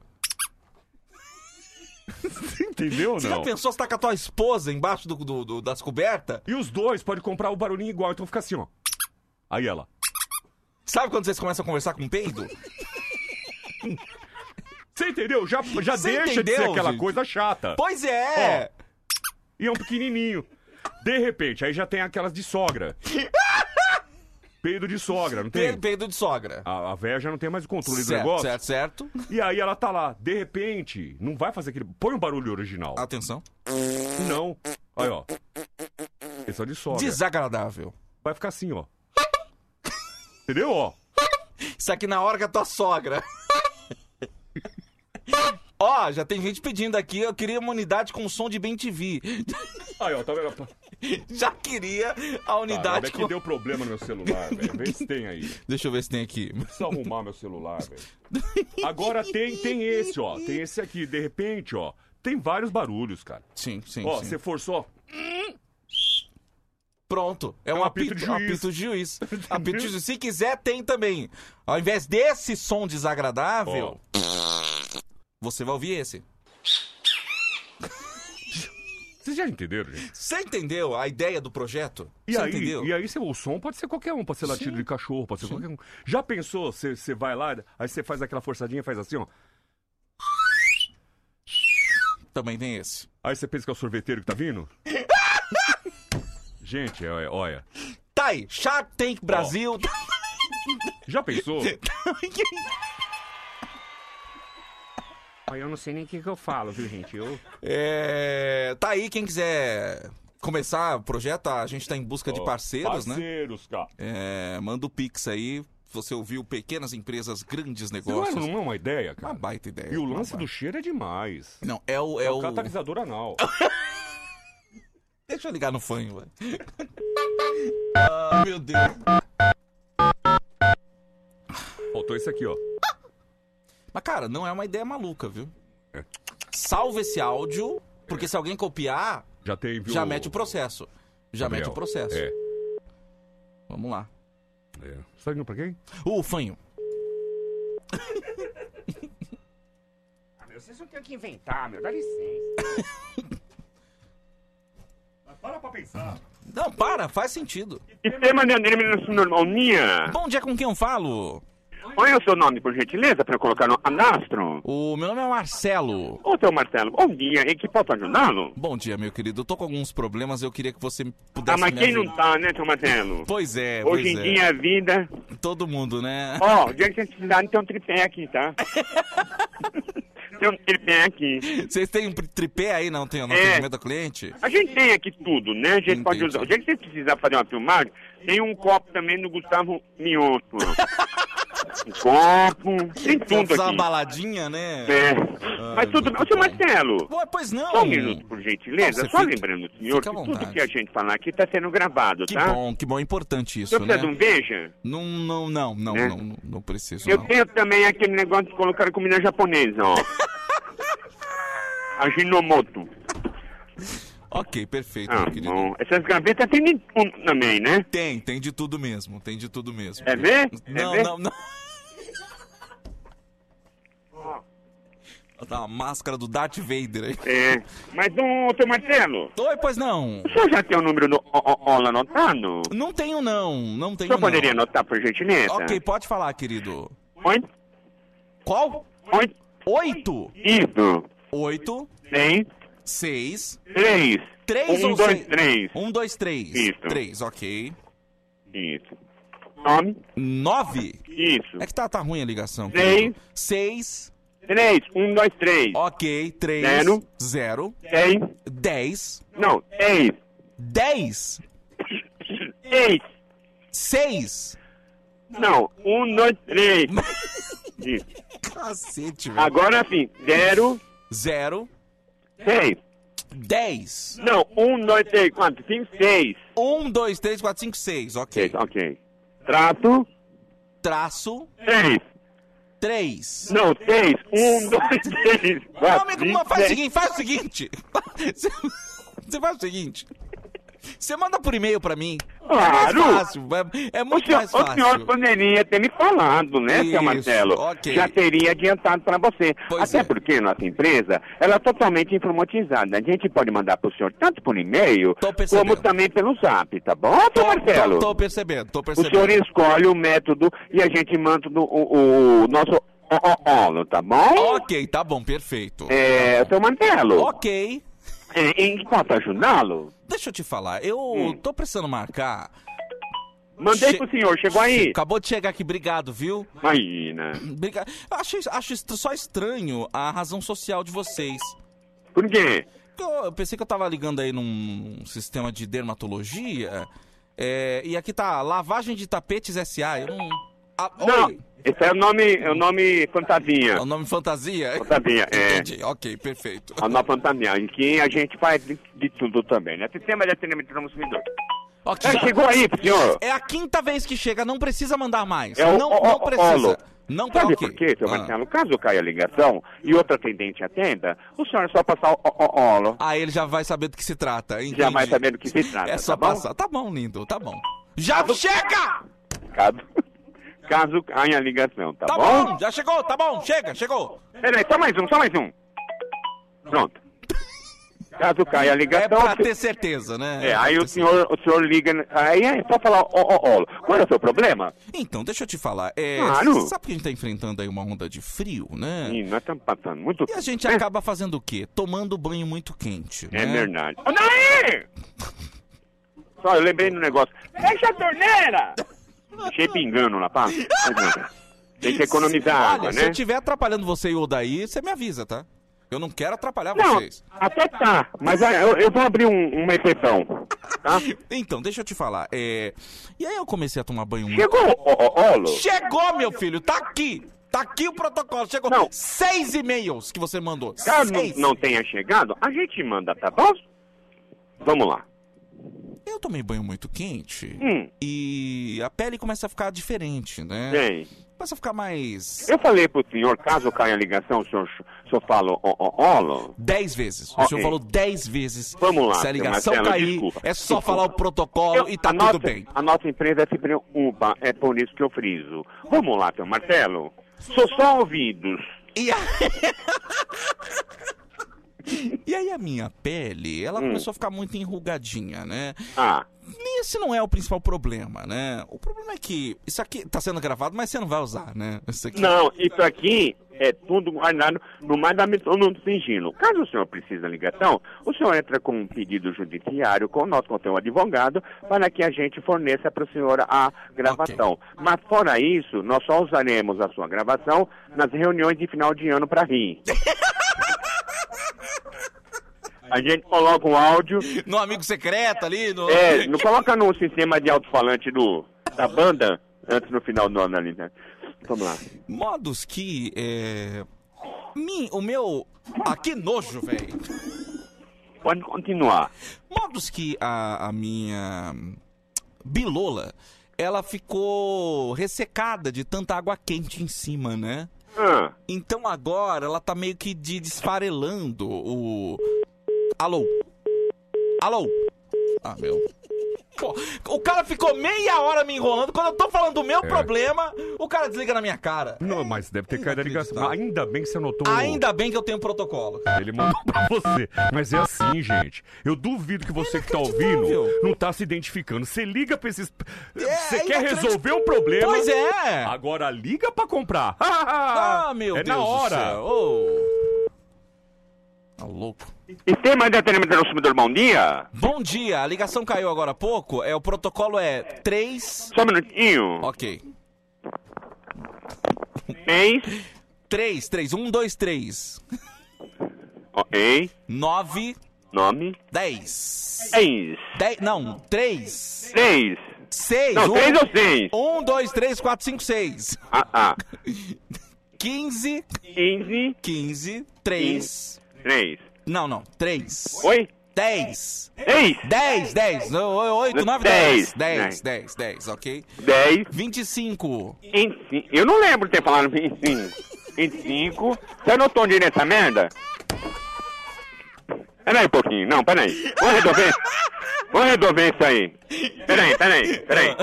[SPEAKER 4] Entendeu ou
[SPEAKER 1] Você já
[SPEAKER 4] não?
[SPEAKER 1] pensou se tá com a tua esposa embaixo do, do- do- das cobertas?
[SPEAKER 4] E os dois podem comprar o barulhinho igual, então fica assim, ó. Aí ela.
[SPEAKER 1] Sabe quando vocês começam a conversar com o peido?
[SPEAKER 4] Você entendeu? Já, já
[SPEAKER 1] Você
[SPEAKER 4] deixa de ser
[SPEAKER 1] entendeu,
[SPEAKER 4] aquela
[SPEAKER 1] gente?
[SPEAKER 4] coisa chata.
[SPEAKER 1] Pois é!
[SPEAKER 4] E é um pequenininho. De repente, aí já tem aquelas de sogra. Peido de sogra, não
[SPEAKER 1] Pe-
[SPEAKER 4] tem?
[SPEAKER 1] Peido de sogra.
[SPEAKER 4] A, a véia já não tem mais o controle do
[SPEAKER 1] certo,
[SPEAKER 4] negócio.
[SPEAKER 1] certo, certo.
[SPEAKER 4] E aí ela tá lá. De repente, não vai fazer aquele... Põe um barulho original.
[SPEAKER 1] Atenção.
[SPEAKER 4] Não. Aí, ó. Expressão de sogra.
[SPEAKER 1] Desagradável.
[SPEAKER 4] Vai ficar assim, ó. Entendeu, ó?
[SPEAKER 1] Isso aqui na hora que a tua sogra. Ó, já tem gente pedindo aqui, eu queria uma unidade com som de bem TV.
[SPEAKER 4] Aí, ó, tá vendo?
[SPEAKER 1] Já queria a
[SPEAKER 4] Cara,
[SPEAKER 1] unidade com...
[SPEAKER 4] Tá, é que deu problema no meu celular, velho. Vê se tem aí.
[SPEAKER 1] Deixa eu ver se tem aqui.
[SPEAKER 4] Preciso arrumar meu celular, velho. Agora tem, tem esse, ó. Tem esse aqui. De repente, ó, tem vários barulhos, cara.
[SPEAKER 1] Sim, sim,
[SPEAKER 4] Ó,
[SPEAKER 1] sim.
[SPEAKER 4] você forçou.
[SPEAKER 1] Pronto, é um apito,
[SPEAKER 4] apito de juiz.
[SPEAKER 1] apito de juiz. Apito de juiz. Se quiser, tem também. Ao invés desse som desagradável, você vai ouvir esse.
[SPEAKER 4] Vocês já entenderam, gente?
[SPEAKER 1] Você entendeu a ideia do projeto?
[SPEAKER 4] E
[SPEAKER 1] você
[SPEAKER 4] aí,
[SPEAKER 1] entendeu?
[SPEAKER 4] e aí você- o som pode ser qualquer um, pode ser latido
[SPEAKER 1] Sim.
[SPEAKER 4] de cachorro, pode ser qualquer um. Já pensou, você você vai lá, aí você faz aquela forçadinha, faz assim, ó.
[SPEAKER 1] Também tem esse.
[SPEAKER 4] Aí você pensa que é o sorveteiro que tá vindo? Gente, é- é- olha.
[SPEAKER 1] Tá aí, Shark Tank Brasil.
[SPEAKER 4] Já pensou?
[SPEAKER 7] Olha, eu não sei nem o que, que eu falo, viu, gente? Eu...
[SPEAKER 1] É, Tá aí, quem quiser começar o projeto, a gente tá em busca de
[SPEAKER 4] Ó,
[SPEAKER 1] parceiros, né?
[SPEAKER 4] Parceiros, cara.
[SPEAKER 1] É, manda o Pix aí. Você ouviu pequenas empresas, grandes
[SPEAKER 4] Não é,
[SPEAKER 1] negócios.
[SPEAKER 4] não é uma ideia,
[SPEAKER 1] Uma
[SPEAKER 4] cara.
[SPEAKER 1] baita ideia.
[SPEAKER 4] E o
[SPEAKER 1] uma
[SPEAKER 4] lance
[SPEAKER 1] baita.
[SPEAKER 4] do cheiro é demais.
[SPEAKER 1] Não, é o. É,
[SPEAKER 4] É
[SPEAKER 1] o...
[SPEAKER 4] o catalisador anal.
[SPEAKER 1] Deixa eu ligar no fanho, vai. ah, meu Deus.
[SPEAKER 4] Faltou esse aqui, ó.
[SPEAKER 1] Mas, cara, não é uma ideia maluca, viu?
[SPEAKER 4] É.
[SPEAKER 1] Salva esse áudio, porque se alguém copiar,
[SPEAKER 4] Já tem, viu?
[SPEAKER 1] já mete o processo. Já
[SPEAKER 4] Gabriel.
[SPEAKER 1] mete o processo.
[SPEAKER 4] É.
[SPEAKER 1] Vamos lá.
[SPEAKER 4] é. Você tá indo pra quem?
[SPEAKER 1] O fanho.
[SPEAKER 7] Ah, meu, vocês não têm o que inventar, meu. Dá licença.
[SPEAKER 4] Mas para pra pensar.
[SPEAKER 1] Não, para, faz sentido.
[SPEAKER 12] Que tema de anime normalnia?
[SPEAKER 1] Bom dia, com quem eu falo?
[SPEAKER 12] Qual é o seu nome, por gentileza, para eu colocar no anastro?
[SPEAKER 1] O meu nome é Marcelo.
[SPEAKER 12] Ô, seu Marcelo, bom dia, e que posso ajudá-lo?
[SPEAKER 1] Bom dia, meu querido. Eu tô com alguns problemas, eu queria que você
[SPEAKER 12] Ah,
[SPEAKER 1] pudesse
[SPEAKER 12] mas
[SPEAKER 1] me
[SPEAKER 12] quem não
[SPEAKER 1] ajudar.
[SPEAKER 12] tá, né, seu Marcelo?
[SPEAKER 1] Pois é,
[SPEAKER 12] Hoje
[SPEAKER 1] pois
[SPEAKER 12] em
[SPEAKER 1] é.
[SPEAKER 12] dia a vida...
[SPEAKER 1] Todo mundo, né?
[SPEAKER 12] Ó, diante da cidade tem um tripé aqui, tá? tem um tripé aqui.
[SPEAKER 1] Vocês têm um pri- tripé aí, não tem? No
[SPEAKER 12] É.
[SPEAKER 1] atendimento ao cliente?
[SPEAKER 12] A gente tem aqui tudo, né? A gente pode usar. A gente se precisar fazer uma filmagem, tem um copo também do Gustavo Mioto. um
[SPEAKER 7] Hum.
[SPEAKER 12] copo, tem tudo aqui.
[SPEAKER 1] Precisa uma baladinha, né?
[SPEAKER 12] É.
[SPEAKER 1] Ah,
[SPEAKER 12] Mas tudo bem. Ô, seu Marcelo.
[SPEAKER 1] Ué, pois não.
[SPEAKER 12] É, Só um minuto, por gentileza.
[SPEAKER 1] Nossa,
[SPEAKER 12] Só
[SPEAKER 1] fica-
[SPEAKER 12] lembrando, senhor,
[SPEAKER 1] fica à
[SPEAKER 12] que tudo
[SPEAKER 1] vontade.
[SPEAKER 12] que a gente falar aqui está sendo gravado,
[SPEAKER 1] Que
[SPEAKER 12] tá?
[SPEAKER 1] bom, que bom, é importante
[SPEAKER 12] O senhor
[SPEAKER 1] isso, né?
[SPEAKER 12] precisa de um beijo?
[SPEAKER 1] Não, não, não, não,
[SPEAKER 12] Né?
[SPEAKER 1] não, não, não preciso,
[SPEAKER 12] Eu
[SPEAKER 1] não.
[SPEAKER 12] tenho também aquele negócio de colocar comida japonesa, ó. a Ginomoto.
[SPEAKER 1] Ok, perfeito,
[SPEAKER 12] Ah,
[SPEAKER 1] meu querido.
[SPEAKER 12] bom. Essas gavetas tem de tudo também, né?
[SPEAKER 1] Tem, tem de tudo mesmo, tem de tudo mesmo.
[SPEAKER 12] É ver?
[SPEAKER 1] Não,
[SPEAKER 12] é ver?
[SPEAKER 1] não, não. Tá uma máscara do Darth Vader aí.
[SPEAKER 12] É. Mas, ô, seu Marcelo,
[SPEAKER 1] Oi, pois não.
[SPEAKER 12] o senhor já tem o número do O- O- Ola anotado?
[SPEAKER 1] Não tenho, não. Não
[SPEAKER 12] O
[SPEAKER 1] tenho,
[SPEAKER 12] senhor
[SPEAKER 1] não.
[SPEAKER 12] poderia anotar, por gentileza?
[SPEAKER 1] Ok, pode falar, querido.
[SPEAKER 12] Oi?
[SPEAKER 1] Qual?
[SPEAKER 12] Oito.
[SPEAKER 1] Oito.
[SPEAKER 12] Isso.
[SPEAKER 1] Oito.
[SPEAKER 12] Tem.
[SPEAKER 1] Seis.
[SPEAKER 12] Três.
[SPEAKER 1] Três
[SPEAKER 12] um,
[SPEAKER 1] ou
[SPEAKER 12] dois,
[SPEAKER 1] seis?
[SPEAKER 12] três.
[SPEAKER 1] Um, dois, três.
[SPEAKER 12] Isso.
[SPEAKER 1] Três, ok.
[SPEAKER 12] Isso. Nome?
[SPEAKER 1] Nove?
[SPEAKER 12] Isso.
[SPEAKER 1] É que tá, tá ruim a ligação.
[SPEAKER 12] Seis.
[SPEAKER 1] querido. Seis.
[SPEAKER 12] Três. Um, dois, três.
[SPEAKER 1] Ok, três.
[SPEAKER 12] Zero.
[SPEAKER 1] Zero.
[SPEAKER 12] Dez.
[SPEAKER 1] Dez.
[SPEAKER 12] Não, dez.
[SPEAKER 1] Dez.
[SPEAKER 12] Seis.
[SPEAKER 1] Seis.
[SPEAKER 12] Não, um, dois, três. Isso.
[SPEAKER 1] Cacete, velho.
[SPEAKER 12] Agora sim. Zero.
[SPEAKER 1] Zero.
[SPEAKER 12] Seis.
[SPEAKER 1] Dez.
[SPEAKER 12] Não, um, dois, três, quatro, cinco, seis.
[SPEAKER 1] Um, dois, três, quatro, cinco, seis. Ok.
[SPEAKER 12] Seis, ok. Trato.
[SPEAKER 1] Traço.
[SPEAKER 12] Três.
[SPEAKER 1] Três.
[SPEAKER 12] Não, seis. Um, dois, três,
[SPEAKER 1] Não,
[SPEAKER 12] quatro,
[SPEAKER 1] amigo,
[SPEAKER 12] cinco,
[SPEAKER 1] mas faz o
[SPEAKER 12] seis.
[SPEAKER 1] seguinte, faz o seguinte. Você- Você faz o seguinte. Você manda por e-mail pra mim.
[SPEAKER 12] Claro.
[SPEAKER 1] É mais fácil. É, é
[SPEAKER 12] O
[SPEAKER 1] muito
[SPEAKER 12] senhor,
[SPEAKER 1] mais
[SPEAKER 12] o
[SPEAKER 1] fácil.
[SPEAKER 12] senhor poderia ter me falado, né,
[SPEAKER 1] Isso,
[SPEAKER 12] seu Marcelo?
[SPEAKER 1] ok. é.
[SPEAKER 12] Já teria adiantado para você. Até porque nossa empresa, ela é totalmente informatizada. A gente pode mandar para o senhor tanto por e-mail, como também pelo zap, tá bom, seu Marcelo?
[SPEAKER 1] Tô, tô percebendo, tô
[SPEAKER 12] o
[SPEAKER 1] percebendo.
[SPEAKER 12] senhor escolhe o método e a gente manda o, o, o nosso óleo, tá bom?
[SPEAKER 1] Ok, tá bom, perfeito. Tá
[SPEAKER 12] É, seu Marcelo,
[SPEAKER 1] Ok.
[SPEAKER 12] é, em que posso ajudá-lo? Hum.
[SPEAKER 1] Deixa eu te falar, eu tô precisando marcar.
[SPEAKER 12] Mandei pro senhor, chegou aí?
[SPEAKER 1] Acabou de chegar aqui, obrigado, viu?
[SPEAKER 12] Imagina.
[SPEAKER 1] Obrigado. Eu Acho, acho est- só estranho a razão social de vocês.
[SPEAKER 12] Por quê?
[SPEAKER 1] que eu, eu pensei que eu tava ligando aí num sistema de dermatologia. É, e aqui tá lavagem de tapetes SA. Eu não. Ah,
[SPEAKER 12] Não,
[SPEAKER 1] oi.
[SPEAKER 12] esse é o nome, é o nome fantasia.
[SPEAKER 1] É O nome fantasia?
[SPEAKER 12] Fantasia, é.
[SPEAKER 1] Entendi, ok, perfeito.
[SPEAKER 12] A nova fantasia, em que a gente faz de, de tudo também, né? Sistema de atendimento do consumidor.
[SPEAKER 1] Ok.
[SPEAKER 12] É, chegou aí, senhor.
[SPEAKER 1] É a quinta vez que chega, não precisa mandar mais.
[SPEAKER 12] É o
[SPEAKER 1] não,
[SPEAKER 12] o-
[SPEAKER 1] não
[SPEAKER 12] o-
[SPEAKER 1] precisa.
[SPEAKER 12] Olo.
[SPEAKER 1] Não Ah.
[SPEAKER 12] Sabe
[SPEAKER 1] ok.
[SPEAKER 12] por quê, seu Marcelo? Caso caia a ligação e outro atendente atenda, o senhor é só passar o, o, o olo.
[SPEAKER 1] Aí Ah, ele já vai saber do que se trata. Entendi.
[SPEAKER 12] Já vai saber do que se trata,
[SPEAKER 1] É
[SPEAKER 12] tá
[SPEAKER 1] só
[SPEAKER 12] bom?
[SPEAKER 1] passar. Tá bom, lindo, tá bom. Já chega! Tá
[SPEAKER 12] Caso, caso caia a ligação, tá,
[SPEAKER 1] Tá
[SPEAKER 12] bom?
[SPEAKER 1] bom? já chegou, tá bom, chega, chegou.
[SPEAKER 12] Peraí, só mais um, só mais um. Pronto. Caso caia a ligação...
[SPEAKER 1] É pra ter certeza, né?
[SPEAKER 12] É, aí o senhor, o senhor liga... Aí é só falar o, o, o. Qual é o seu problema?
[SPEAKER 1] Então, deixa eu te falar. É,
[SPEAKER 12] Claro.
[SPEAKER 1] Sabe que a gente tá enfrentando aí uma onda de frio, né?
[SPEAKER 12] Ih, nós estamos passando muito... né?
[SPEAKER 1] E a gente acaba fazendo o quê? Tomando banho muito quente.
[SPEAKER 12] É
[SPEAKER 1] né?
[SPEAKER 12] verdade. Ô, Nair! Só, eu lembrei do negócio. Fecha a torneira! Achei pingando na pá. Mas não. Tem que economizar
[SPEAKER 1] Olha,
[SPEAKER 12] água,
[SPEAKER 1] se eu
[SPEAKER 12] né?
[SPEAKER 1] estiver atrapalhando você e o Odaí, você me avisa, tá? Eu não quero atrapalhar
[SPEAKER 12] Não,
[SPEAKER 1] vocês.
[SPEAKER 12] até tá. Mas ah, eu, eu vou abrir um, uma exceção. Tá?
[SPEAKER 1] Então, deixa eu te falar. É... E aí eu comecei a tomar banho muito
[SPEAKER 12] Chegou o, o, o Olo?
[SPEAKER 1] Chegou, meu filho, tá aqui. Tá aqui o protocolo, chegou. Seis e-mails que você mandou.
[SPEAKER 12] Caso
[SPEAKER 1] Seis.
[SPEAKER 12] não tenha chegado, a gente manda, tá bom? Vamos lá.
[SPEAKER 1] Eu tomei banho muito quente
[SPEAKER 12] Hum.
[SPEAKER 1] e a pele começa a ficar diferente, né?
[SPEAKER 12] Bem,
[SPEAKER 1] Começa a ficar mais...
[SPEAKER 12] eu falei pro senhor, caso caia a ligação, o senhor, o senhor fala o, o, Olo?
[SPEAKER 1] Dez vezes. O
[SPEAKER 12] Ok.
[SPEAKER 1] senhor falou dez vezes.
[SPEAKER 12] Vamos lá,
[SPEAKER 1] Se a
[SPEAKER 12] seu
[SPEAKER 1] ligação
[SPEAKER 12] Marcelo,
[SPEAKER 1] cair,
[SPEAKER 12] desculpa.
[SPEAKER 1] é só
[SPEAKER 12] Desculpa.
[SPEAKER 1] falar o protocolo e tá
[SPEAKER 12] a
[SPEAKER 1] tudo
[SPEAKER 12] nossa,
[SPEAKER 1] bem.
[SPEAKER 12] A nossa empresa se preocupa, é por isso que eu friso. Vamos lá, seu Marcelo. Sou só ouvidos.
[SPEAKER 1] E, a- E aí a minha pele, ela começou a ficar muito enrugadinha, né?
[SPEAKER 12] Hum. Ah.
[SPEAKER 1] E esse não é o principal problema, né? O problema é que isso aqui tá sendo gravado, mas você não vai usar, né? Isso aqui.
[SPEAKER 12] Não, isso aqui é tudo guardado no mais da do sigilo. Caso o senhor precise da ligação, o senhor entra com um pedido judiciário com o nosso, com o seu advogado, para que a gente forneça para o senhor a gravação. Mas fora isso, nós só usaremos a sua gravação nas reuniões de final de ano para rir. A gente coloca o áudio
[SPEAKER 1] No amigo secreto ali, no...
[SPEAKER 12] É, não coloca no sistema de alto-falante do da banda antes no final do ano ali, né? Vamos lá.
[SPEAKER 1] Modos que, é... mi- o meu... Ah, que nojo, velho.
[SPEAKER 12] Pode continuar.
[SPEAKER 1] Modos que a, a minha bilola, ela ficou ressecada de tanta água quente em cima, né?
[SPEAKER 12] Ah.
[SPEAKER 1] Então agora ela tá meio que de desfarelando o... Alô? Alô? Ah, meu... Pô, o cara ficou meia hora me enrolando. Quando eu tô falando do meu
[SPEAKER 4] É.
[SPEAKER 1] problema, o cara desliga na minha cara.
[SPEAKER 4] Não, mas deve ter caído a ligação. Ainda bem que você anotou.
[SPEAKER 1] Ainda bem que eu tenho protocolo.
[SPEAKER 4] Ele mandou pra você. Mas é assim, gente. Eu duvido que você que tá ouvindo não tá se identificando. Você liga pra esses. Você quer
[SPEAKER 1] É, inacreditável.
[SPEAKER 4] resolver um problema?
[SPEAKER 1] Pois é.
[SPEAKER 4] Agora liga pra comprar.
[SPEAKER 1] Ah, meu
[SPEAKER 4] é
[SPEAKER 1] Deus
[SPEAKER 4] na hora.
[SPEAKER 1] do céu. Ô. Tá louco.
[SPEAKER 12] E tem mais detenimento do consumidor, bom dia?
[SPEAKER 1] Bom dia, a ligação caiu agora há pouco. É, o protocolo é 3.
[SPEAKER 12] Só um minutinho.
[SPEAKER 1] Ok.
[SPEAKER 12] 3.
[SPEAKER 1] 3, 3, 1, 2, 3.
[SPEAKER 12] Ok.
[SPEAKER 1] 9.
[SPEAKER 12] Nome?
[SPEAKER 1] 10.
[SPEAKER 12] 10.
[SPEAKER 1] Não, Um. 3.
[SPEAKER 12] 3.
[SPEAKER 1] 6.
[SPEAKER 12] Não, três ou seis?
[SPEAKER 1] 1, 2, 3, 4, 5, 6.
[SPEAKER 12] Ah, ah.
[SPEAKER 1] 15.
[SPEAKER 12] 15.
[SPEAKER 1] 15. 3.
[SPEAKER 12] 3.
[SPEAKER 1] Não, não. 3.
[SPEAKER 12] Oi?
[SPEAKER 1] 10.
[SPEAKER 12] 10.
[SPEAKER 1] 10, 10. 8, 9, 10.
[SPEAKER 12] Dez.
[SPEAKER 1] 10, 10, 10, ok?
[SPEAKER 12] 10.
[SPEAKER 1] 25.
[SPEAKER 12] Eu não lembro de ter falado 25. 25. Você anotou onde nessa merda? Peraí um pouquinho. Não, peraí. Vamos resolver. Vamos resolver isso aí. Peraí, peraí, peraí.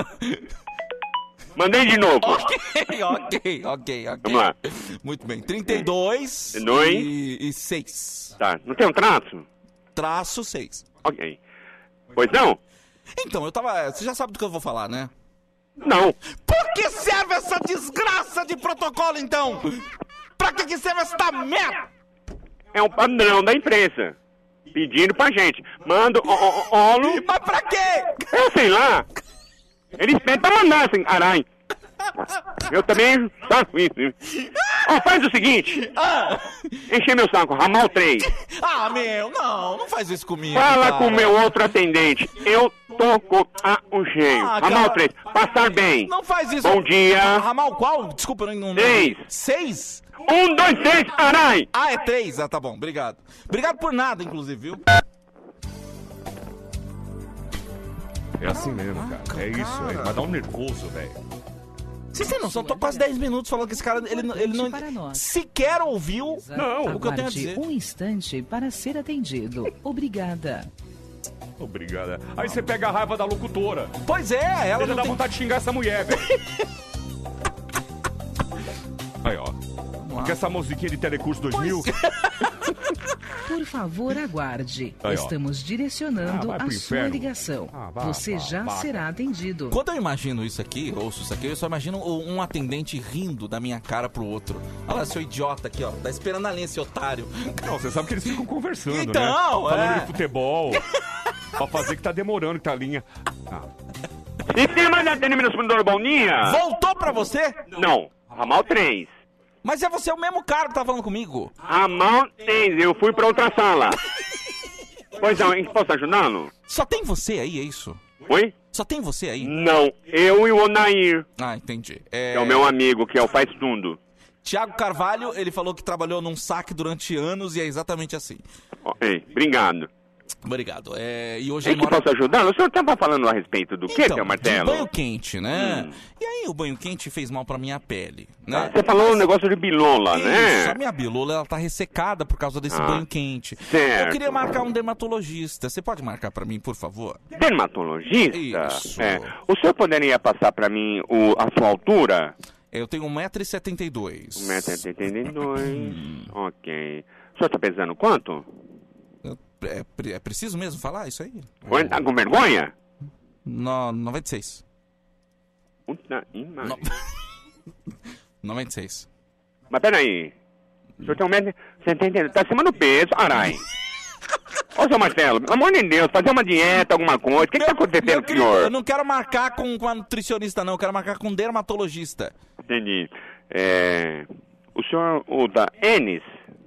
[SPEAKER 12] Mandei de novo.
[SPEAKER 1] Ok, ok, ok, ok.
[SPEAKER 12] Vamos lá.
[SPEAKER 1] Muito bem. 32
[SPEAKER 12] Dois.
[SPEAKER 1] e, e 6.
[SPEAKER 12] Tá. Não tem um traço?
[SPEAKER 1] Traço 6.
[SPEAKER 12] Ok. Pois não?
[SPEAKER 1] Então, eu tava. Você já sabe do que eu vou falar, né?
[SPEAKER 12] Não.
[SPEAKER 1] Por que serve essa desgraça de protocolo, então? Pra que, que serve essa merda?
[SPEAKER 12] É um padrão da imprensa. Pedindo pra gente. Manda o- o- o- olo.
[SPEAKER 1] Mas pra quê?
[SPEAKER 12] Eu sei lá. Eles pedem pra mandar, assim, caralho. Eu também faço isso. Ó, faz o seguinte. Enche meu saco, ramal 3.
[SPEAKER 1] Ah, meu, não, não faz isso comigo.
[SPEAKER 12] Fala
[SPEAKER 1] cara.
[SPEAKER 12] com o meu outro atendente. Eu tô com a um jeito.
[SPEAKER 1] Ah,
[SPEAKER 12] ramal
[SPEAKER 1] cara.
[SPEAKER 12] 3. Passar bem.
[SPEAKER 1] Não faz isso.
[SPEAKER 12] Bom dia.
[SPEAKER 1] Ramal qual? Desculpa, eu não. não-
[SPEAKER 12] Seis.
[SPEAKER 1] Seis?
[SPEAKER 12] Um, dois, seis, carai!
[SPEAKER 1] Ah, é três. Ah, tá bom. Obrigado. Obrigado por nada, inclusive, viu?
[SPEAKER 4] É assim mesmo, cara. É isso, velho. Vai dar um nervoso, velho.
[SPEAKER 1] Vocês têm noção? Eu tô quase 10 minutos falando que esse cara, ele, não- ele não sequer ouviu o que eu tenho a dizer.
[SPEAKER 13] um instante para ser atendido. Obrigada.
[SPEAKER 4] Obrigada. Aí você pega a raiva da locutora.
[SPEAKER 1] Pois é, ela
[SPEAKER 4] Você já
[SPEAKER 1] não
[SPEAKER 4] dá
[SPEAKER 1] tem-
[SPEAKER 4] vontade de xingar essa mulher, velho. Aí, ó. Com essa musiquinha de Telecurso 2000.
[SPEAKER 1] é.
[SPEAKER 14] Por favor, aguarde.
[SPEAKER 4] Aí, ó.
[SPEAKER 14] Estamos
[SPEAKER 4] Ah,
[SPEAKER 14] direcionando
[SPEAKER 4] vai
[SPEAKER 14] a
[SPEAKER 4] pro
[SPEAKER 14] sua
[SPEAKER 4] inferno.
[SPEAKER 14] ligação.
[SPEAKER 4] Ah, vá,
[SPEAKER 14] Você
[SPEAKER 4] vá,
[SPEAKER 14] já
[SPEAKER 4] vá.
[SPEAKER 14] será atendido.
[SPEAKER 1] Quando eu imagino isso aqui, ouço isso aqui, eu só imagino o- um atendente rindo da minha cara pro outro. Olha lá, seu idiota aqui, ó. Tá esperando a linha, esse otário.
[SPEAKER 4] Não, você sabe que eles ficam conversando, né?
[SPEAKER 1] Então,
[SPEAKER 4] Falando
[SPEAKER 1] é.
[SPEAKER 4] de futebol. pra fazer que tá demorando, que tá a linha. Ah,
[SPEAKER 12] E tem mais atendimento do Boninha?
[SPEAKER 1] Voltou pra você?
[SPEAKER 12] Não. Ramal 3.
[SPEAKER 1] Mas é você, o mesmo cara que tá falando comigo.
[SPEAKER 12] Ramal 3. Eu fui pra outra sala. Pois não, hein? Posso ajudá-lo?
[SPEAKER 1] Só tem você aí, é isso?
[SPEAKER 12] Oi?
[SPEAKER 1] Só tem você aí?
[SPEAKER 12] Não. Eu e o Onair.
[SPEAKER 1] Ah, entendi.
[SPEAKER 12] Que é o meu amigo, que é o Faz Tudo.
[SPEAKER 1] Tiago Carvalho, ele falou que trabalhou num saque durante anos e é exatamente assim.
[SPEAKER 12] Ó, Ei, obrigado.
[SPEAKER 1] Obrigado. É, e hoje
[SPEAKER 12] Em
[SPEAKER 1] ele
[SPEAKER 12] que
[SPEAKER 1] mora...
[SPEAKER 12] posso ajudá-lo? O senhor estava falando a respeito do que,
[SPEAKER 1] Então,
[SPEAKER 12] seu
[SPEAKER 1] de
[SPEAKER 12] Martelo?
[SPEAKER 1] banho quente, né?
[SPEAKER 12] Hum.
[SPEAKER 1] E aí o banho quente fez mal pra minha pele, né?
[SPEAKER 12] Você falou um negócio de bilola,
[SPEAKER 1] Isso,
[SPEAKER 12] né?
[SPEAKER 1] a minha bilola ela tá ressecada por causa desse
[SPEAKER 12] Ah,
[SPEAKER 1] banho quente.
[SPEAKER 12] certo.
[SPEAKER 1] Eu queria marcar um dermatologista. Você pode marcar pra mim, por favor?
[SPEAKER 12] Dermatologista?
[SPEAKER 1] Isso.
[SPEAKER 12] É. O senhor poderia passar pra mim o- a sua altura?
[SPEAKER 1] Eu tenho 1,72m. Hum.
[SPEAKER 12] 1,72m. ok. O senhor tá pesando quanto?
[SPEAKER 1] É, pre- é preciso mesmo falar isso aí?
[SPEAKER 12] Oi, tá com vergonha?
[SPEAKER 1] No, 96.
[SPEAKER 12] Puta imagem.
[SPEAKER 1] No... 96.
[SPEAKER 12] Mas peraí. O senhor tem um metro. Você entendeu? Tá acima do peso, arai. Ô, seu Marcelo, pelo amor de Deus, fazer uma dieta, alguma coisa. O que, que tá acontecendo, com o senhor?
[SPEAKER 1] Eu não quero marcar com, com a nutricionista, não. Eu quero marcar com um dermatologista.
[SPEAKER 12] Entendi. É, o senhor usa Enes?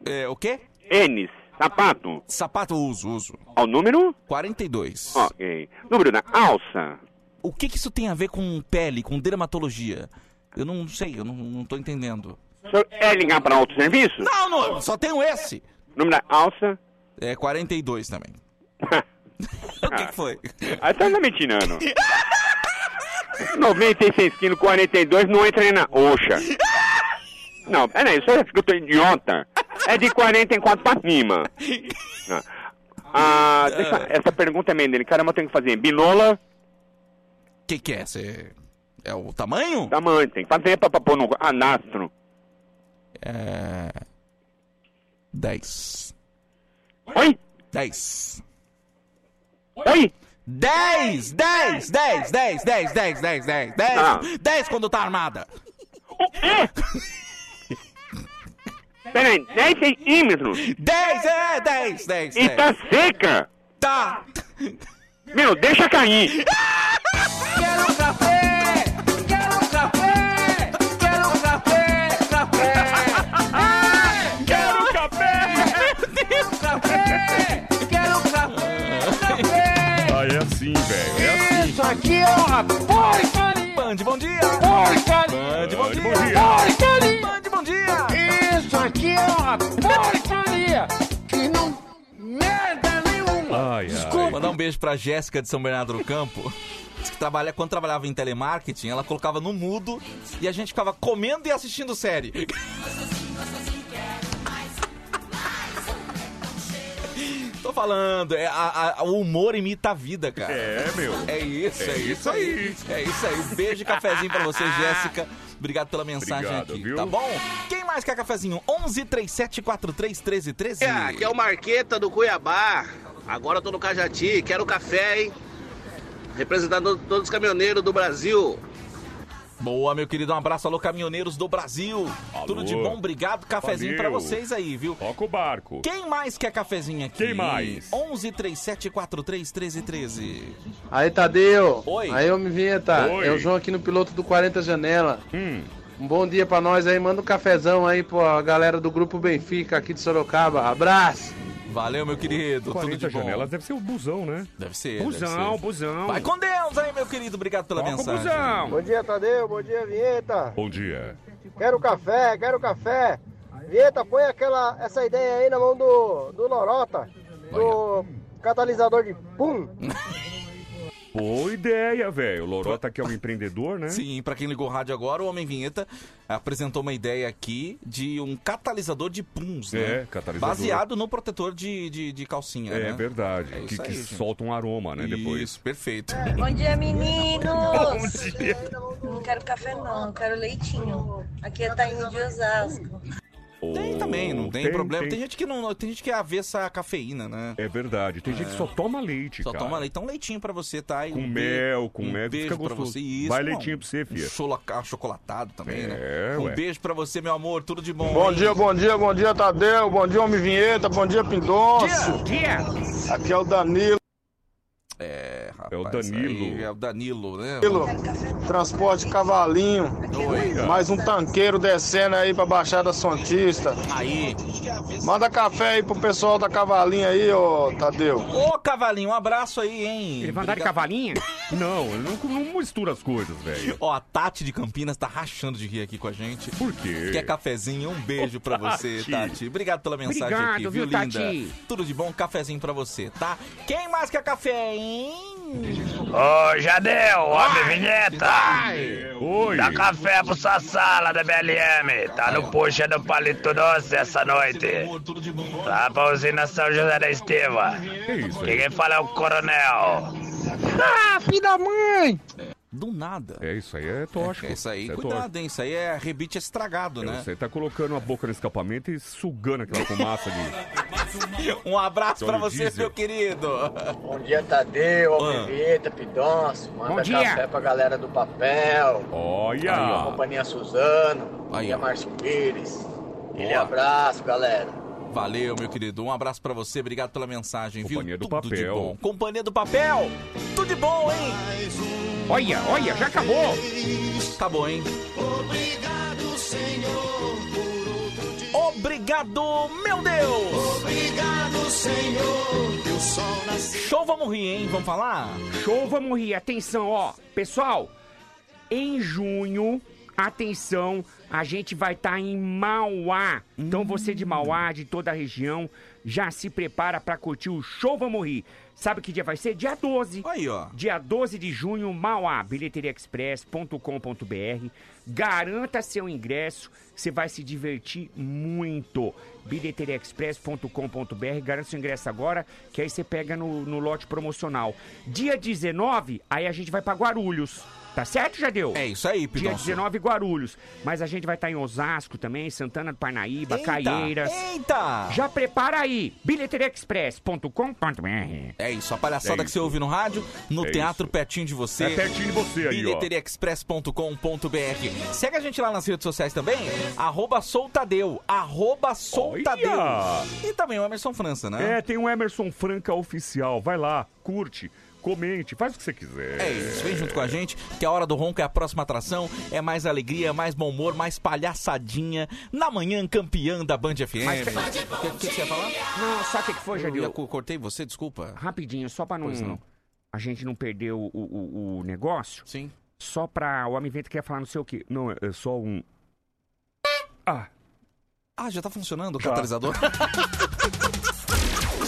[SPEAKER 1] É, o quê?
[SPEAKER 12] Enes, sapato.
[SPEAKER 1] Sapato uso, uso.
[SPEAKER 12] Ao número?
[SPEAKER 1] 42.
[SPEAKER 12] Ok. Número da alça.
[SPEAKER 1] O que, que isso tem a ver com pele, com dermatologia? Eu não sei, eu não, não tô entendendo.
[SPEAKER 12] O senhor quer ligar para outro serviço?
[SPEAKER 1] Não, não, eu só tenho esse.
[SPEAKER 12] Número da alça?
[SPEAKER 1] É 42 também. o que, que foi?
[SPEAKER 12] Ah, você tá me tirando. 96 quilos, 42, não entra nem na oxa. Não, peraí, o senhor acha que eu tô idiota? É de 44 pra cima. Ah, Ah, deixa- essa pergunta é meio delicada, mas eu tenho que fazer. Binola?
[SPEAKER 1] O que, que é? Você. É o tamanho?
[SPEAKER 12] Tamanho, tem que fazer pra, pra pôr no ah, anastro.
[SPEAKER 1] É. 10.
[SPEAKER 12] Oi?
[SPEAKER 1] 10.
[SPEAKER 12] Oi?
[SPEAKER 1] 10, 10, 10, 10, 10, 10, 10, 10, 10.
[SPEAKER 12] Ah.
[SPEAKER 1] 10 quando tá armada.
[SPEAKER 12] Peraí, 10 centímetros?
[SPEAKER 1] 10, é, 10, 10.
[SPEAKER 12] E tá seca?
[SPEAKER 1] Tá.
[SPEAKER 12] Meu, deixa cair.
[SPEAKER 6] Quero café, quero café, quero café, café. Quero café, quero café, quero
[SPEAKER 1] É.
[SPEAKER 6] café.
[SPEAKER 4] Ah, é assim, velho. É assim.
[SPEAKER 6] Isso aqui é uma porcaria.
[SPEAKER 1] Band, bom dia.
[SPEAKER 6] Porcaria.
[SPEAKER 4] É Band, bom dia.
[SPEAKER 6] Porcaria.
[SPEAKER 1] Band, bom dia.
[SPEAKER 6] Isso aqui é uma porcaria. Que não merda nenhuma.
[SPEAKER 4] Ai,
[SPEAKER 6] Desculpa.
[SPEAKER 1] Mandar um beijo pra Jéssica de São Bernardo do Campo. Diz que trabalha, quando trabalhava em telemarketing, ela colocava no mudo e a gente ficava comendo e assistindo série. Tô falando, é, a- a- o humor imita a vida, cara.
[SPEAKER 4] É, meu.
[SPEAKER 1] É isso, é,
[SPEAKER 4] É
[SPEAKER 1] isso,
[SPEAKER 4] isso
[SPEAKER 1] aí. É isso aí. Um beijo e cafezinho pra você, Jéssica. Obrigado pela mensagem
[SPEAKER 4] Obrigado,
[SPEAKER 1] aqui,
[SPEAKER 4] viu?
[SPEAKER 1] tá bom? Quem mais quer cafezinho? 11 37 43 13 13.
[SPEAKER 15] É, aqui é o Marqueta do Cuiabá. Agora eu tô no Cajati, Ah, quero um café, hein? Representando todos os caminhoneiros do Brasil.
[SPEAKER 1] Boa, meu querido. Um abraço, alô, caminhoneiros do Brasil. Tudo de bom, obrigado. Cafezinho pra
[SPEAKER 4] Valeu.
[SPEAKER 1] vocês aí, viu?
[SPEAKER 4] Toca o barco.
[SPEAKER 1] Quem mais quer cafezinho aqui?
[SPEAKER 4] Quem mais?
[SPEAKER 1] 11 37 43 13 13.
[SPEAKER 16] Aí, Tadeu.
[SPEAKER 1] Oi.
[SPEAKER 16] Aí, homem vinheta.
[SPEAKER 1] Oi. Hum.
[SPEAKER 16] É o João aqui no piloto do 40 Janela.
[SPEAKER 17] Um bom dia pra nós aí, manda um cafezão aí pra galera do Grupo Benfica aqui de Sorocaba. Abraço!
[SPEAKER 1] Valeu, meu querido. Tudo
[SPEAKER 4] 40
[SPEAKER 1] de bom.
[SPEAKER 4] janelas deve ser o busão, né?
[SPEAKER 1] Deve ser.
[SPEAKER 4] Busão,
[SPEAKER 1] deve ser.
[SPEAKER 4] busão.
[SPEAKER 1] Vai com Deus aí, meu querido. Obrigado pela mensagem.
[SPEAKER 18] Bom dia, Tadeu. Bom dia, Vinheta.
[SPEAKER 4] Bom dia.
[SPEAKER 18] Quero café, quero café. Vinheta, põe aquela, essa ideia aí na mão do, do Lorota. Do catalisador de pum.
[SPEAKER 4] Boa ideia, velho. O Lorota que é um empreendedor, né?
[SPEAKER 1] Sim, pra quem ligou o rádio agora, o Homem Vinheta apresentou uma ideia aqui de um catalisador de puns, né?
[SPEAKER 4] É, catalisador.
[SPEAKER 1] Baseado no protetor de, de, de calcinha,
[SPEAKER 4] É
[SPEAKER 1] né?
[SPEAKER 4] verdade.
[SPEAKER 1] É
[SPEAKER 4] que
[SPEAKER 1] isso
[SPEAKER 4] que
[SPEAKER 1] aí, gente.
[SPEAKER 4] solta um aroma, né? Depois. É,
[SPEAKER 1] Isso, perfeito.
[SPEAKER 16] É, Bom dia, meninos!
[SPEAKER 4] Bom dia.
[SPEAKER 16] Não quero café, não, eu quero leitinho. Aqui é Tainho de Osasco.
[SPEAKER 1] Tem também, não tem,
[SPEAKER 4] Tem,
[SPEAKER 1] problema. Tem.
[SPEAKER 4] tem.
[SPEAKER 1] gente que não, tem gente que é avessa à cafeína, né?
[SPEAKER 4] É verdade. Tem gente que só toma leite,
[SPEAKER 1] Só
[SPEAKER 4] cara.
[SPEAKER 1] toma leite. Então leitinho pra você, tá? aí
[SPEAKER 4] Com mel, com mel,
[SPEAKER 1] um beijo
[SPEAKER 4] fica
[SPEAKER 1] pra
[SPEAKER 4] gostoso.
[SPEAKER 1] você. Isso,
[SPEAKER 4] Vai
[SPEAKER 1] não,
[SPEAKER 4] leitinho pra você,
[SPEAKER 1] Um
[SPEAKER 4] fia.
[SPEAKER 1] choloca- chocolatado também, né?
[SPEAKER 4] É,
[SPEAKER 1] um
[SPEAKER 4] ué.
[SPEAKER 1] beijo pra você, meu amor. Tudo de bom.
[SPEAKER 19] Bom
[SPEAKER 1] hein?
[SPEAKER 19] dia, bom dia, bom dia, Tadeu. Bom dia, Homem Vinheta. Bom dia, Pindonço.
[SPEAKER 7] Dia.
[SPEAKER 19] Aqui é o Danilo.
[SPEAKER 1] É, rapaz.
[SPEAKER 19] É o Danilo.
[SPEAKER 1] aí É o Danilo, né?
[SPEAKER 19] Danilo, Transporte Cavalinho. Mais um tanqueiro descendo aí pra Baixada Santista.
[SPEAKER 1] Aí.
[SPEAKER 19] Manda café aí pro pessoal da Cavalinho aí, ô Tadeu.
[SPEAKER 1] Ô, Cavalinho, um abraço aí, hein?
[SPEAKER 19] Ele vai andar de
[SPEAKER 4] cavalinha? Não, ele não, não mistura as coisas, velho.
[SPEAKER 1] Ó, a Tati de Campinas tá rachando de rir aqui com a gente.
[SPEAKER 4] Por quê?
[SPEAKER 1] Quer cafezinho? Um beijo pra você,
[SPEAKER 4] Tati.
[SPEAKER 1] Tati. Obrigado pela mensagem
[SPEAKER 4] Obrigado,
[SPEAKER 1] aqui,
[SPEAKER 4] viu,
[SPEAKER 1] linda?
[SPEAKER 4] Tati?
[SPEAKER 1] Tudo de bom, cafezinho pra você, tá? Quem mais quer café, hein?
[SPEAKER 20] Ô, Jadeu, homem vinheta!
[SPEAKER 4] Oi!
[SPEAKER 20] Dá café pro Sassala da BLM, tá no puxa do Palito Doce essa noite. Lá pra usina São José da Estiva. E quem fala é o Coronel.
[SPEAKER 1] Ah, filho da mãe! Do nada.
[SPEAKER 4] É isso aí, é tóxico.
[SPEAKER 1] É isso aí,
[SPEAKER 4] Isso é
[SPEAKER 1] cuidado,
[SPEAKER 4] tóxico.
[SPEAKER 1] hein? Isso aí é rebite estragado, né?
[SPEAKER 4] Você tá colocando a boca no escapamento e sugando aquela fumaça de.
[SPEAKER 1] Um abraço pra
[SPEAKER 4] Óleo
[SPEAKER 1] você,
[SPEAKER 4] diesel.
[SPEAKER 1] meu querido.
[SPEAKER 18] Bom dia, Tadeu,
[SPEAKER 1] Ah.
[SPEAKER 18] Almeida, Pidonço.
[SPEAKER 1] Bom
[SPEAKER 18] Manda
[SPEAKER 1] dia.
[SPEAKER 18] café pra galera do papel.
[SPEAKER 4] Olha.
[SPEAKER 18] Aí, ó, Companhia Suzano.
[SPEAKER 1] Aí,
[SPEAKER 18] Aí,
[SPEAKER 1] ó.
[SPEAKER 18] Márcio Pires. Aquele
[SPEAKER 1] Boa.
[SPEAKER 18] abraço, galera.
[SPEAKER 1] Valeu, meu querido. Um abraço pra você. Obrigado pela mensagem,
[SPEAKER 4] Companhia do
[SPEAKER 1] viu? Tudo de
[SPEAKER 4] Papel.
[SPEAKER 1] bom. Companhia do Papel. Tudo de bom, hein?
[SPEAKER 7] Olha, olha, já acabou.
[SPEAKER 1] Acabou, Tá hein?
[SPEAKER 6] Obrigado, Senhor, por outro dia.
[SPEAKER 1] Obrigado, meu Deus.
[SPEAKER 6] Obrigado, Senhor, que o sol nasceu.
[SPEAKER 1] Show, vamos rir, hein? Vamos falar?
[SPEAKER 7] Show, vamos rir. Atenção, ó. Pessoal, em junho, atenção, a gente vai estar em Mauá. Então você de Mauá, de toda a região, já se prepara pra curtir o Show Vamos Rir. Sabe que dia vai ser? Dia 12.
[SPEAKER 1] Aí, ó.
[SPEAKER 7] Dia 12 de junho, Mauá, bilheteriaexpress.com.br. Garanta seu ingresso, você vai se divertir muito. bilheteriaexpress.com.br, garanta seu ingresso agora, que aí você pega no, no lote promocional. Dia 19, aí a gente vai pra Guarulhos. Tá certo, Jadeu?
[SPEAKER 1] É isso aí,
[SPEAKER 7] Dia
[SPEAKER 1] Pidonço.
[SPEAKER 7] 19, Guarulhos. Mas a gente vai estar em Osasco também, Santana do Parnaíba, Caieiras.
[SPEAKER 1] Eita!
[SPEAKER 7] Já prepara aí, bilheteriaexpress.com.br.
[SPEAKER 1] É isso, a palhaçada
[SPEAKER 7] É
[SPEAKER 1] que você ouve no rádio, no
[SPEAKER 7] É
[SPEAKER 1] teatro pertinho de você.
[SPEAKER 7] É pertinho de você aí, ó.
[SPEAKER 1] Bilheteriaexpress.com.br. Segue a gente lá nas redes sociais também, arroba soltadeu, arroba soltadeu. E também o Emerson França, né?
[SPEAKER 4] É, tem um Emerson Franca oficial. Vai lá, curte, comente, faz o que você quiser.
[SPEAKER 1] É isso, vem junto com a gente, que a Hora do Ronco é a próxima atração, é mais alegria, mais bom humor, mais palhaçadinha, na manhã campeã da Band FM.
[SPEAKER 7] Mas-
[SPEAKER 1] O que, que você ia falar?
[SPEAKER 7] Não, sabe o que que foi,
[SPEAKER 1] Eu,
[SPEAKER 7] Jadil?
[SPEAKER 1] ia- co- cortei você, desculpa.
[SPEAKER 7] Rapidinho, só pra não,
[SPEAKER 1] Pois não.
[SPEAKER 7] A gente não perder o, o- o- o negócio.
[SPEAKER 1] Sim.
[SPEAKER 7] Só pra. O Homem Vento quer falar não sei o quê. Não, é é só um. Ah.
[SPEAKER 1] Ah, já tá funcionando o catalisador?